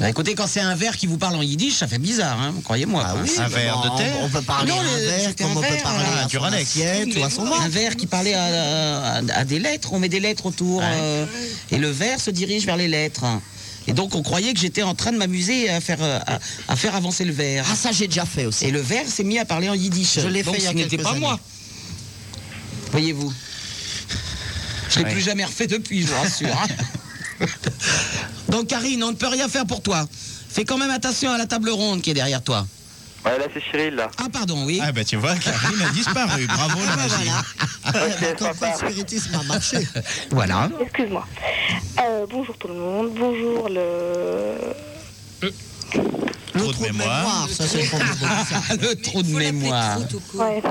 [SPEAKER 1] Bah, écoutez, quand c'est un verre qui vous parle en yiddish, ça fait bizarre, hein, croyez-moi.
[SPEAKER 2] Ah
[SPEAKER 1] Prince.
[SPEAKER 2] oui,
[SPEAKER 4] Un
[SPEAKER 2] mais
[SPEAKER 4] verre de
[SPEAKER 2] on-
[SPEAKER 4] terre
[SPEAKER 2] On, peut parler
[SPEAKER 1] Non,
[SPEAKER 2] à un
[SPEAKER 1] le-
[SPEAKER 2] verre
[SPEAKER 1] c'était
[SPEAKER 2] comme
[SPEAKER 1] un
[SPEAKER 2] on peut
[SPEAKER 1] verre,
[SPEAKER 2] parler
[SPEAKER 1] euh,
[SPEAKER 2] à
[SPEAKER 4] du
[SPEAKER 2] son
[SPEAKER 4] Rolex.
[SPEAKER 2] assiette ou à son ventre.
[SPEAKER 1] Un verre qui parlait à, à- à des lettres, on met des lettres autour, euh, et le verre se dirige vers les lettres. Et donc on croyait que j'étais en train de m'amuser à faire, euh, à, à faire avancer le verre.
[SPEAKER 2] Ah ça j'ai déjà fait aussi.
[SPEAKER 1] Et le verre s'est mis à parler en yiddish.
[SPEAKER 2] Je l'ai
[SPEAKER 1] Donc,
[SPEAKER 2] fait il y a
[SPEAKER 1] ce n'était
[SPEAKER 2] quelques
[SPEAKER 1] pas
[SPEAKER 2] années.
[SPEAKER 1] moi. Voyez-vous. Je ne l'ai
[SPEAKER 4] Ouais.
[SPEAKER 1] plus jamais refait depuis, je vous rassure. hein. Donc Karine, on ne peut rien faire pour toi. Fais quand même attention à la table ronde qui est derrière toi.
[SPEAKER 12] Ouais, là, c'est Cyril, là.
[SPEAKER 1] Ah pardon, oui. Ah, bah,
[SPEAKER 4] Ah bah tu vois, Karine a disparu. Bravo la magie.
[SPEAKER 2] Voilà. Quand le spiritisme a marché.
[SPEAKER 1] Voilà.
[SPEAKER 6] Excuse-moi. Euh, bonjour tout le monde. Bonjour le.
[SPEAKER 4] Trop de mémoire.
[SPEAKER 2] ça c'est le premier mot.
[SPEAKER 1] le trou de mémoire.
[SPEAKER 6] Ouais.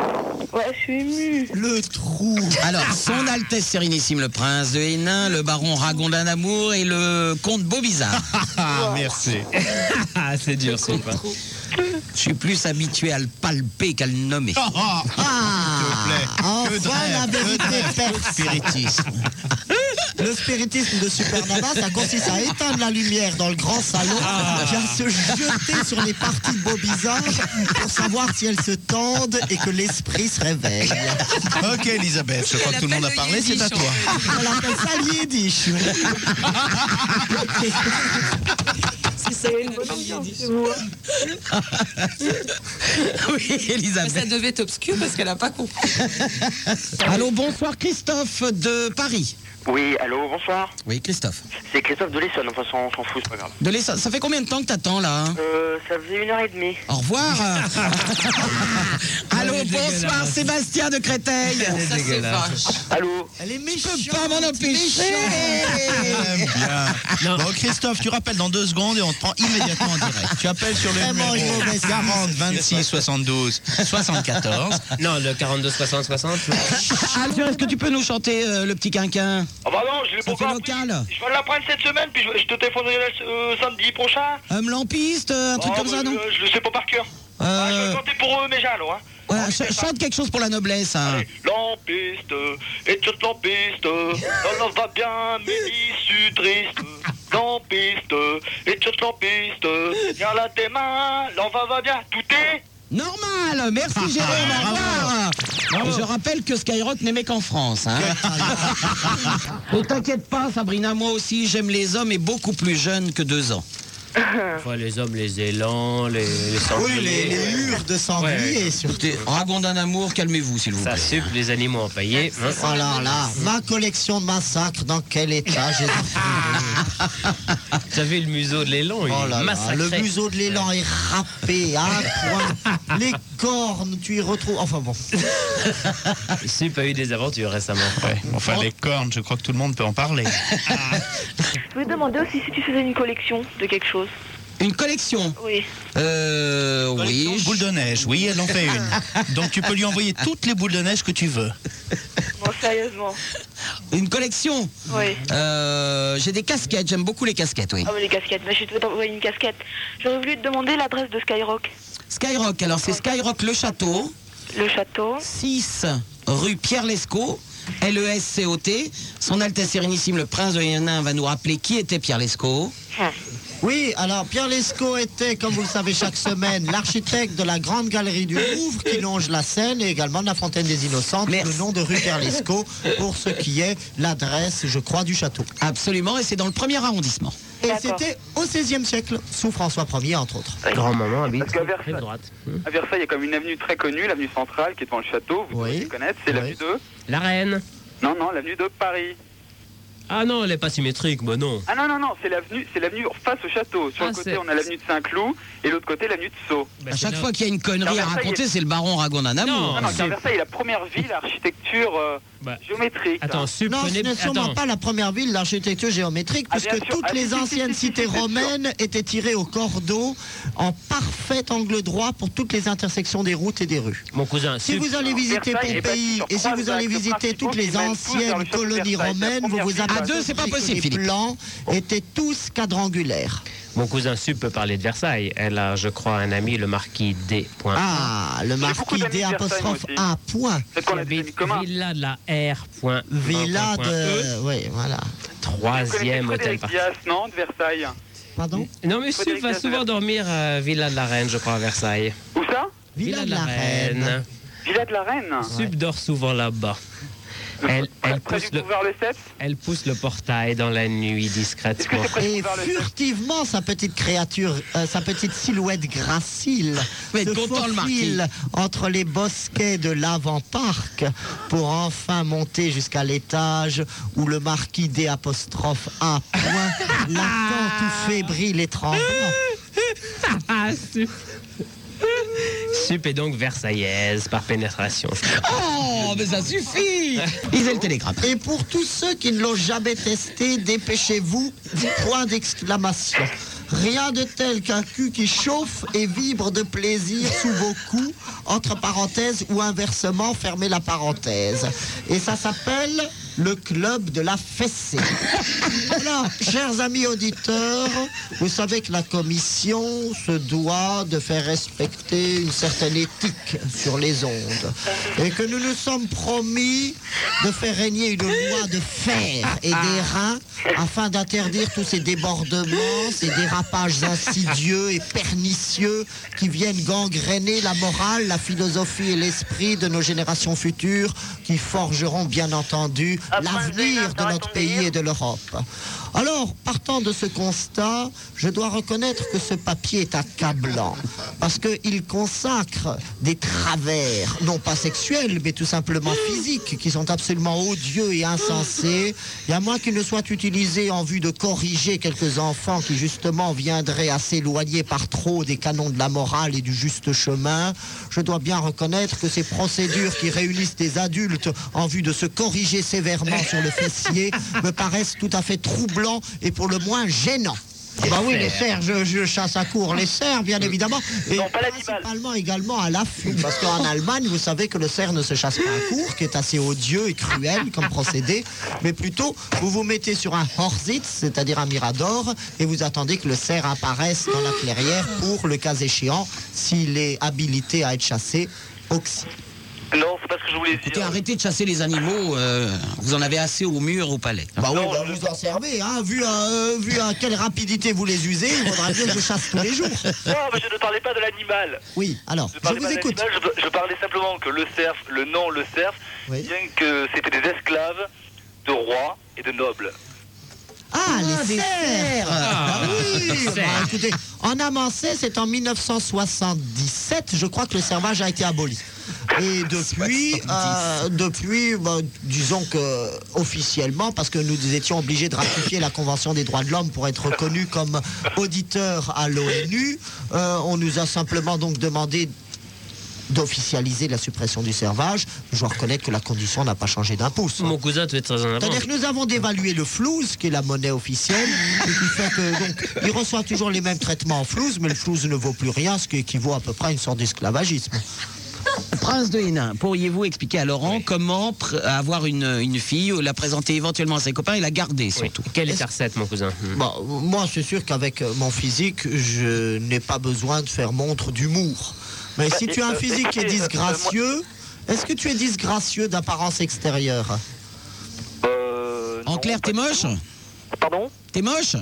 [SPEAKER 6] Ouais, je suis ému.
[SPEAKER 1] Ah. Le trou. Alors, son Altesse Sérénissime le Prince de Hénin, le baron Ragondin d'Amour et le comte Ah, Beauvisard. Ah,
[SPEAKER 4] Merci.
[SPEAKER 3] c'est dur, c'est pas.
[SPEAKER 1] Je suis plus habitué à le palper qu'à le nommer.
[SPEAKER 4] Ah,
[SPEAKER 2] Enfin, la vérité perce. Le spiritisme de Supernova, ça consiste à éteindre la lumière dans le grand salon
[SPEAKER 4] Ah.
[SPEAKER 2] et à se jeter sur les parties de Bobizard pour savoir si elles se tendent et que l'esprit se réveille.
[SPEAKER 4] Ok, Elisabeth, je crois que tout le monde a parlé, c'est à toi.
[SPEAKER 2] Elle appelle ça le Yiddish.
[SPEAKER 14] C'est une bonne ambiance chez vous.
[SPEAKER 1] oui, Elisabeth.
[SPEAKER 14] ça devait être obscur parce qu'elle n'a pas compris.
[SPEAKER 1] Allô, bonsoir Christophe de Paris.
[SPEAKER 9] Oui, allô, bonsoir.
[SPEAKER 1] Oui, Christophe.
[SPEAKER 9] C'est Christophe de l'Essonne, enfin, on s'en fout, c'est pas grave.
[SPEAKER 1] De l'Essa- ça fait combien de temps que t'attends là hein
[SPEAKER 9] Euh, ça faisait une heure et demie.
[SPEAKER 1] Au revoir. Allô, bonsoir Sébastien de Créteil.
[SPEAKER 9] Allô
[SPEAKER 2] Elle est
[SPEAKER 1] Je peux pas m'en empêcher.
[SPEAKER 4] Bien. Bon, Christophe, tu rappelles dans deux secondes et on te prend immédiatement en direct. Tu appelles sur le
[SPEAKER 2] Vraiment une
[SPEAKER 4] numéro
[SPEAKER 2] mauvaise
[SPEAKER 4] 40 26 72 74.
[SPEAKER 3] Non, le 42 60 60.
[SPEAKER 1] Alger, est-ce que tu peux nous chanter euh, le petit quinquin
[SPEAKER 9] Ah bah non, je l'ai
[SPEAKER 1] Ça
[SPEAKER 9] pas
[SPEAKER 1] fait
[SPEAKER 9] encore
[SPEAKER 1] local.
[SPEAKER 9] appris. Je vais l'apprendre cette semaine, puis je, je te téléphonerai la- euh, samedi prochain.
[SPEAKER 1] Homme lampiste, euh, Ah, un truc
[SPEAKER 9] Oh,
[SPEAKER 1] comme
[SPEAKER 9] bah,
[SPEAKER 1] ça, non
[SPEAKER 9] je, je le sais pas par cœur. Ah, je
[SPEAKER 1] Euh,
[SPEAKER 9] vais compter pour eux, mes gens, alors, hein.
[SPEAKER 1] voilà, ch- Chante quelque chose pour la noblesse. hein.
[SPEAKER 9] Lampiste, et toute lampiste, l'on va bien, mais l'issue triste. Lampiste, et toute lampiste, viens là tes mains, l'on va va bien, tout est.
[SPEAKER 1] Normal, Ah, merci Jérôme, au revoir. Je rappelle que Skyrock n'aimait qu'en France. Hein. Ne t'inquiète pas, Sabrina, moi aussi j'aime les hommes et beaucoup plus jeunes que deux ans.
[SPEAKER 3] Enfin, les hommes, les élans, les, les sangliers.
[SPEAKER 2] Oui, les, les murs de sanglier
[SPEAKER 3] Ouais.
[SPEAKER 2] surtout.
[SPEAKER 1] Écoutez, Ragondin d'amour, calmez-vous s'il vous
[SPEAKER 3] Ça
[SPEAKER 1] plaît.
[SPEAKER 3] supe les animaux empaillés. hein.
[SPEAKER 2] Oh là là, ma collection de massacres, dans quel état j'ai
[SPEAKER 4] Ah
[SPEAKER 3] J'avais le museau de l'élan, il
[SPEAKER 2] Oh
[SPEAKER 3] est
[SPEAKER 2] là là,
[SPEAKER 3] massacré.
[SPEAKER 2] le museau de l'élan est râpé à un point. Les cornes, tu y retrouves. Enfin bon.
[SPEAKER 3] Sup a eu des aventures récemment.
[SPEAKER 4] Ouais, enfin, les cornes, je crois que tout le monde peut en parler.
[SPEAKER 6] Je voulais demander aussi si tu faisais une collection de quelque chose.
[SPEAKER 1] Une collection
[SPEAKER 6] Oui.
[SPEAKER 1] Euh,
[SPEAKER 4] Collection
[SPEAKER 1] oui.
[SPEAKER 4] de boules de neige, oui, elle en fait une. Donc tu peux lui envoyer toutes les boules de neige que tu veux.
[SPEAKER 6] Non, sérieusement.
[SPEAKER 1] Une collection
[SPEAKER 6] Oui.
[SPEAKER 1] Euh, J'ai des casquettes, j'aime beaucoup les casquettes, oui.
[SPEAKER 6] Ah, mais les casquettes. Mais je vais t'envoyer une casquette. J'aurais voulu te demander l'adresse de Skyrock.
[SPEAKER 1] Skyrock, alors c'est Skyrock Le Château,
[SPEAKER 6] Le château.
[SPEAKER 1] 6 rue Pierre E Lescot, L-E-S-C-O-T. Son Altesse Sérénissime, le prince de Hénin, va nous rappeler qui était Pierre Lescot.
[SPEAKER 2] Oui, alors Pierre Lescaut était, comme vous le savez chaque semaine, l'architecte de la grande galerie du Louvre qui longe la Seine et également de la Fontaine des Innocents, le nom de rue Pierre Lescaut, pour ce qui est l'adresse, je crois, du château.
[SPEAKER 1] Absolument, et c'est dans le premier arrondissement.
[SPEAKER 2] Et c'était au XVIe siècle, sous François Ier, entre autres.
[SPEAKER 3] Grand-maman habite
[SPEAKER 9] Parce qu'à Versailles,
[SPEAKER 3] droite.
[SPEAKER 9] à Versailles, il y a comme une avenue très connue, l'avenue centrale, qui est devant le château, vous devez le connaître, c'est l'avenue de...
[SPEAKER 3] La reine.
[SPEAKER 9] Non, non, l'avenue de Paris.
[SPEAKER 3] Ah non, elle est pas symétrique, bah non.
[SPEAKER 9] Ah non, non, non, c'est l'avenue c'est l'avenue face au château. Sur
[SPEAKER 3] Ah,
[SPEAKER 9] le
[SPEAKER 3] c'est-
[SPEAKER 9] côté, on a l'avenue de Saint-Cloud, et l'autre côté, l'avenue de Sceaux.
[SPEAKER 1] Bah, À chaque fois qu'il y a une connerie
[SPEAKER 9] Non,
[SPEAKER 1] à
[SPEAKER 9] mais ça y est.
[SPEAKER 1] raconter, c'est le baron Ragondin
[SPEAKER 3] Non,
[SPEAKER 1] d'amour.
[SPEAKER 9] Non, non,
[SPEAKER 3] c'est-
[SPEAKER 9] car Versailles est la première ville à architecture euh,
[SPEAKER 3] Bah,
[SPEAKER 9] géométrique.
[SPEAKER 3] Attends,
[SPEAKER 9] hein.
[SPEAKER 3] Sup
[SPEAKER 2] Non, ce
[SPEAKER 3] connaît.
[SPEAKER 2] n'est sûrement
[SPEAKER 3] Attends.
[SPEAKER 2] pas la première ville d'architecture géométrique,
[SPEAKER 9] Ah,
[SPEAKER 2] puisque
[SPEAKER 9] bien sûr.
[SPEAKER 2] toutes
[SPEAKER 9] Ah, si,
[SPEAKER 2] les
[SPEAKER 9] si, si,
[SPEAKER 2] anciennes
[SPEAKER 9] si, si,
[SPEAKER 2] cités
[SPEAKER 9] si, bien sûr.
[SPEAKER 2] romaines étaient tirées au cordeau en parfait angle droit pour toutes les intersections des routes et des rues.
[SPEAKER 3] Mon cousin,
[SPEAKER 2] Si
[SPEAKER 3] Sup.
[SPEAKER 2] vous allez visiter
[SPEAKER 9] Versailles est bâtie
[SPEAKER 2] Pompéi
[SPEAKER 9] sur
[SPEAKER 2] et si
[SPEAKER 9] trois
[SPEAKER 2] vous allez
[SPEAKER 9] axes
[SPEAKER 2] visiter
[SPEAKER 9] principaux
[SPEAKER 2] toutes
[SPEAKER 9] qui
[SPEAKER 2] les
[SPEAKER 9] mènent tous vers
[SPEAKER 2] anciennes
[SPEAKER 9] le château de
[SPEAKER 2] colonies
[SPEAKER 9] Versailles. La
[SPEAKER 2] romaines, vous
[SPEAKER 9] première
[SPEAKER 2] vous
[SPEAKER 9] ville
[SPEAKER 1] À deux, c'est pas
[SPEAKER 2] apercevrez que
[SPEAKER 1] possible,
[SPEAKER 2] Les
[SPEAKER 1] Philippe.
[SPEAKER 2] plans étaient tous quadrangulaires.
[SPEAKER 3] Mon cousin Sup peut parler de Versailles. Elle a, je crois, un ami, le marquis D. Point.
[SPEAKER 2] Ah, le
[SPEAKER 9] beaucoup
[SPEAKER 2] marquis
[SPEAKER 9] d'amis
[SPEAKER 2] D
[SPEAKER 9] de Versailles,
[SPEAKER 2] apostrophe
[SPEAKER 9] moi aussi.
[SPEAKER 2] A point.
[SPEAKER 9] Peut-être
[SPEAKER 3] Qui
[SPEAKER 9] qu'on a des amis
[SPEAKER 3] habite
[SPEAKER 9] communs.
[SPEAKER 3] Villa de la R. E. Point
[SPEAKER 2] Villa de... Oui, voilà.
[SPEAKER 9] Vous connaissez
[SPEAKER 3] Troisième hôtel
[SPEAKER 9] Frédéric
[SPEAKER 3] parc.
[SPEAKER 9] Dias, non, de Versailles
[SPEAKER 2] Pardon
[SPEAKER 3] Non, mais Sup
[SPEAKER 9] Frédéric
[SPEAKER 3] va
[SPEAKER 9] Dias de
[SPEAKER 3] souvent
[SPEAKER 9] Versailles.
[SPEAKER 3] dormir à Villa de la Reine, je crois, à Versailles.
[SPEAKER 9] Où ça
[SPEAKER 2] Villa de la Reine.
[SPEAKER 9] Villa de la Reine
[SPEAKER 3] Sup dort souvent là-bas. Elle, elle,
[SPEAKER 9] Près du
[SPEAKER 3] pousse le,
[SPEAKER 9] boulevard Le Sept
[SPEAKER 3] elle pousse le portail dans la nuit
[SPEAKER 9] Est-ce que
[SPEAKER 3] discrètement.
[SPEAKER 9] c'est près du
[SPEAKER 2] Et
[SPEAKER 9] boulevard Le Sept
[SPEAKER 2] furtivement, sa petite créature, euh, sa petite silhouette gracile,
[SPEAKER 1] Mais
[SPEAKER 2] se
[SPEAKER 1] content, le
[SPEAKER 2] faufile entre les bosquets de l'avant-parc pour enfin monter jusqu'à l'étage où le marquis D apostrophe A point l'attend tout fébrile et tremblant.
[SPEAKER 3] Ah, Sup. Sup est donc versaillaise par pénétration.
[SPEAKER 1] Oh, mais ça suffit Lisez le télégramme.
[SPEAKER 2] Et pour tous ceux qui ne l'ont jamais testé, dépêchez-vous, point d'exclamation. Rien de tel qu'un cul qui chauffe et vibre de plaisir sous vos coups, entre parenthèses ou inversement, fermez la parenthèse. Et ça s'appelle le club de la fessée. Alors, chers amis auditeurs, vous savez que la commission se doit de faire respecter une certaine éthique sur les ondes. Et que nous nous sommes promis de faire régner une loi de fer et d'airain afin d'interdire tous ces débordements, ces dérapages insidieux et pernicieux qui viennent gangréner la morale, la philosophie et l'esprit de nos générations futures qui forgeront bien entendu l'avenir de notre pays et de l'Europe. Alors, partant de ce constat, je dois reconnaître que ce papier est accablant parce qu'il consacre des travers, non pas sexuels, mais tout simplement physiques, qui sont absolument odieux et insensés, et à moins qu'ils ne soient utilisés en vue de corriger quelques enfants qui justement viendraient à s'éloigner par trop des canons de la morale et du juste chemin, je dois bien reconnaître que ces procédures qui réunissent des adultes en vue de se corriger sévèrement sur le fessier me paraissent tout à fait troublant et pour le moins gênant. Ah bah oui, les cerfs, je, je chasse à court les cerfs, bien évidemment. Et principalement également à l'affût. Parce qu'en Allemagne, vous savez que le cerf ne se chasse pas à court, qui est assez odieux et cruel comme procédé. Mais plutôt, vous vous mettez sur un Horsitz, c'est-à-dire un mirador, et vous attendez que le cerf apparaisse dans la clairière pour, le cas échéant, s'il est habilité à être chassé, oxy.
[SPEAKER 7] Non, c'est pas ce que je voulais dire.
[SPEAKER 1] Écoutez, arrêtez de chasser les animaux. euh, vous en avez assez au mur, au palais.
[SPEAKER 2] Bah oui, bah vous en servez, hein. Vu, à, euh, vu à quelle rapidité vous les usez, il faudra bien que je chasse tous les jours.
[SPEAKER 7] Non, mais je ne parlais pas de l'animal.
[SPEAKER 2] Oui, alors,
[SPEAKER 7] Je
[SPEAKER 2] je
[SPEAKER 7] parlais,
[SPEAKER 2] vous
[SPEAKER 7] pas de
[SPEAKER 2] écoute.
[SPEAKER 7] l'animal, je- je parlais simplement que le cerf, le nom le cerf, bien que c'était des esclaves de rois et de nobles.
[SPEAKER 2] Ah, les cerfs Ah
[SPEAKER 7] Ah,
[SPEAKER 2] oui
[SPEAKER 7] les cerfs.
[SPEAKER 2] Bah, écoutez, en Amancé, c'est en 1977, je crois que le servage a été aboli. Et depuis, euh, depuis bah, disons que officiellement, parce que nous étions obligés de ratifier la Convention des droits de l'homme pour être reconnus comme auditeurs à l'ONU, euh, on nous a simplement donc demandé d'officialiser la suppression du servage. Je dois reconnaître que la condition n'a pas changé d'un pouce.
[SPEAKER 3] Mon cousin, tu es très en avant.
[SPEAKER 2] C'est-à-dire que nous avons dévalué le flouze, qui est la monnaie officielle, et qui fait que donc il reçoit toujours les mêmes traitements en flouze, mais le flouze ne vaut plus rien, ce qui équivaut à peu près à une sorte d'esclavagisme.
[SPEAKER 1] Prince de Hénin, pourriez-vous expliquer à Laurent comment pr- avoir une, une fille, ou la présenter éventuellement à ses copains et la garder surtout
[SPEAKER 3] Quelle écarcette, mon cousin Hmm.
[SPEAKER 2] Bon, moi, c'est sûr qu'avec euh, mon physique, je n'ai pas besoin de faire montre d'humour. Mais
[SPEAKER 7] Bah,
[SPEAKER 2] si tu as un
[SPEAKER 7] euh,
[SPEAKER 2] physique qui est
[SPEAKER 7] écoutez, euh,
[SPEAKER 2] disgracieux, est-ce que tu es disgracieux d'apparence extérieure
[SPEAKER 7] Euh,
[SPEAKER 1] En clair, t'es moche
[SPEAKER 7] Pardon Ah,
[SPEAKER 1] T'es moche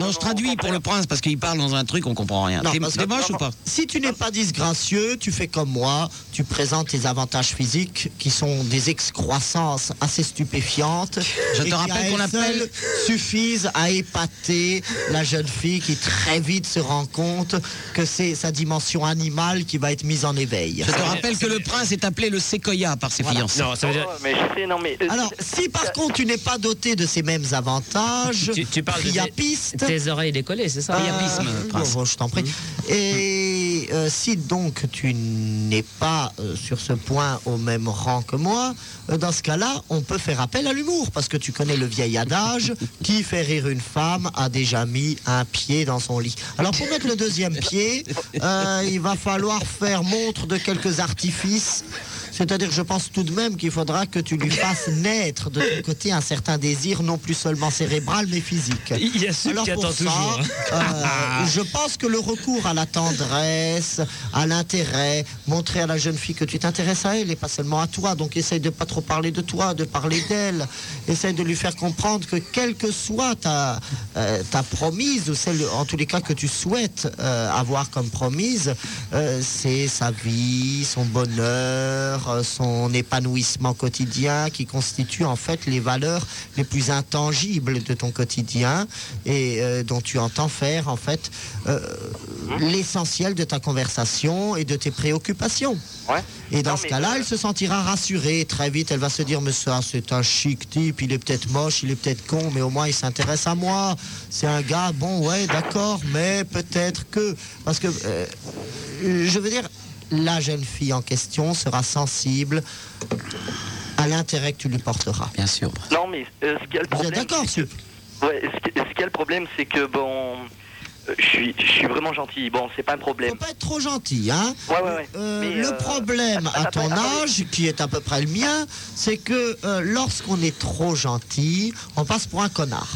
[SPEAKER 1] non, je traduis pour le prince parce qu'il parle dans un truc, on comprend rien.
[SPEAKER 2] Non,
[SPEAKER 1] T'es
[SPEAKER 2] parce que-
[SPEAKER 1] t'es moche ou pas
[SPEAKER 2] Si tu n'es pas disgracieux, tu fais comme moi, tu présentes tes avantages physiques qui sont des excroissances assez stupéfiantes.
[SPEAKER 1] Je te
[SPEAKER 2] et qui,
[SPEAKER 1] rappelle
[SPEAKER 2] à
[SPEAKER 1] qu'on
[SPEAKER 2] elles
[SPEAKER 1] appelle-
[SPEAKER 2] seules, suffisent à épater la jeune fille qui très vite se rend compte que c'est sa dimension animale qui va être mise en éveil.
[SPEAKER 1] Je te rappelle que le prince est appelé le séquoia par ses fiancés. Ah,
[SPEAKER 3] Non, ça veut dire-
[SPEAKER 7] mais je sais, non, mais. euh,
[SPEAKER 2] Alors, si par contre tu n'es pas doté de ces mêmes avantages,
[SPEAKER 3] Tu, tu parles de
[SPEAKER 2] priapiste,
[SPEAKER 3] tes, tes oreilles décollées, c'est ça
[SPEAKER 2] Priapisme,
[SPEAKER 3] prince.
[SPEAKER 2] Ah, bon, je t'en prie. Et euh, si donc tu n'es pas euh, sur ce point au même rang que moi, euh, dans ce cas-là, on peut faire appel à l'humour, parce que tu connais le vieil adage, qui fait rire une femme a déjà mis un pied dans son lit. Alors pour mettre le deuxième pied, euh, il va falloir faire montre de quelques artifices. C'est-à-dire que je pense tout de même qu'il faudra que tu lui fasses naître de ton côté un certain désir, non plus seulement cérébral, mais physique.
[SPEAKER 3] Il y a Sub
[SPEAKER 2] Alors
[SPEAKER 3] qui
[SPEAKER 2] pour
[SPEAKER 3] attend
[SPEAKER 2] ça,
[SPEAKER 3] toujours, hein.
[SPEAKER 2] euh, je pense que le recours à la tendresse, à l'intérêt, montrer à la jeune fille que tu t'intéresses à elle et pas seulement à toi. Donc essaye de pas trop parler de toi, de parler d'elle. Essaye de lui faire comprendre que quelle que soit ta, euh, ta promise, ou celle en tous les cas que tu souhaites euh, avoir comme promise, euh, c'est sa vie, son bonheur, euh, son épanouissement quotidien qui constituent en fait les valeurs les plus intangibles de ton quotidien et euh, dont tu entends faire en fait euh,
[SPEAKER 7] Mmh.
[SPEAKER 2] l'essentiel de ta conversation et de tes préoccupations. Et dans
[SPEAKER 7] Non,
[SPEAKER 2] ce
[SPEAKER 7] mais,
[SPEAKER 2] cas-là,
[SPEAKER 7] euh,
[SPEAKER 2] elle Bah se sentira rassurée. Très vite, elle va se dire, mais ça, c'est un chic type, il est peut-être moche, il est peut-être con, mais au moins il s'intéresse à moi. C'est un gars, bon, ouais, d'accord, mais peut-être que... Parce que, euh, je veux dire, la jeune fille en question sera sensible à l'intérêt que tu lui porteras.
[SPEAKER 1] Bien sûr.
[SPEAKER 7] Non, mais euh, ce qu'il y a le
[SPEAKER 2] Vous
[SPEAKER 7] problème.
[SPEAKER 2] êtes d'accord,
[SPEAKER 7] c'est que- Ouais, ce qui- ce qu'il y a le problème, c'est que, bon. Euh, Je suis, je suis vraiment gentil. Bon, c'est pas un problème.
[SPEAKER 2] Faut pas être trop gentil, hein.
[SPEAKER 7] Ouais, ouais, ouais.
[SPEAKER 2] Euh,
[SPEAKER 7] Mais,
[SPEAKER 2] le
[SPEAKER 7] euh,
[SPEAKER 2] problème à ton âge, qui est à peu près le mien, c'est que euh, lorsqu'on est trop gentil, on passe pour un connard.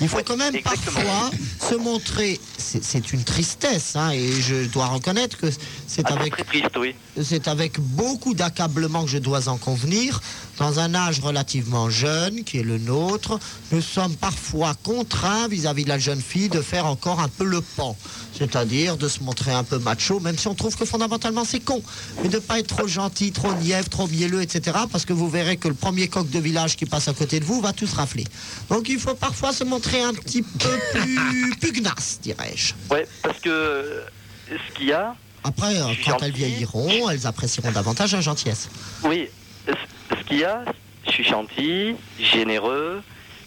[SPEAKER 2] Il faut quand même parfois se montrer. C'est c'est une tristesse, hein, et je dois reconnaître que c'est avec
[SPEAKER 7] Ah, triste, oui.
[SPEAKER 2] c'est avec beaucoup d'accablement que je dois en convenir. Dans un âge relativement jeune, qui est le nôtre, nous sommes parfois contraints vis-à-vis de la jeune fille de faire encore un peu le pan. C'est-à-dire de se montrer un peu macho, même si on trouve que fondamentalement c'est con. Mais de ne pas être trop gentil, trop nièvre, trop mielleux, etc. Parce que vous verrez que le premier coq de village qui passe à côté de vous va tous rafler. Donc il faut parfois se montrer un petit peu plus pugnace, dirais-je.
[SPEAKER 7] Ouais, parce que euh, ce qu'il y a,
[SPEAKER 2] Après, euh, quand elles vieilliront, elles apprécieront davantage la gentillesse.
[SPEAKER 7] oui, ce ce qu'il y a, je suis gentil, généreux,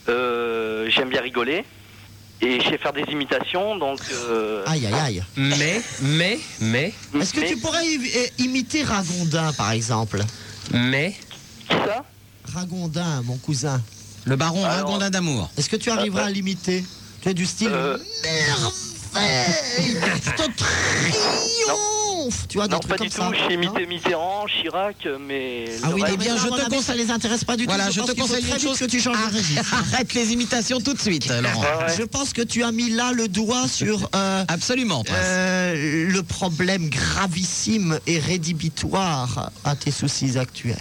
[SPEAKER 7] euh, j'aime bien rigoler et je sais faire des imitations, donc. euh,
[SPEAKER 2] Aïe, aïe, aïe.
[SPEAKER 3] Mais, mais, mais.
[SPEAKER 2] Est-ce que tu pourrais i- i- imiter Ragondin, par exemple
[SPEAKER 3] Mais.
[SPEAKER 7] Qui ça
[SPEAKER 2] Ragondin, mon cousin.
[SPEAKER 1] Le baron Ragondin d'amour.
[SPEAKER 2] Est-ce que tu arriveras à l'imiter Tu es du style
[SPEAKER 7] Euh.
[SPEAKER 2] merveille triomphe Tu vois, des
[SPEAKER 7] non,
[SPEAKER 2] trucs
[SPEAKER 7] pas du
[SPEAKER 2] comme ça,
[SPEAKER 7] tout. J'ai
[SPEAKER 2] non
[SPEAKER 7] imité Mitterrand, Chirac, mais.
[SPEAKER 2] Ah
[SPEAKER 7] le
[SPEAKER 2] oui,
[SPEAKER 7] reste-
[SPEAKER 2] eh bien, je te conseille. Ça les intéresse pas du tout.
[SPEAKER 1] Voilà, je,
[SPEAKER 2] pense
[SPEAKER 1] te
[SPEAKER 2] qu'il faut
[SPEAKER 1] conseille
[SPEAKER 2] très
[SPEAKER 1] une
[SPEAKER 2] vite
[SPEAKER 1] chose
[SPEAKER 2] que tu changes de
[SPEAKER 1] arrête,
[SPEAKER 2] registre.
[SPEAKER 1] arrête les imitations tout de suite, euh, Laurent.
[SPEAKER 2] Je pense que tu as mis là le doigt sur euh,
[SPEAKER 1] Absolument. Prince.
[SPEAKER 2] euh, le problème gravissime et rédhibitoire à tes soucis actuels.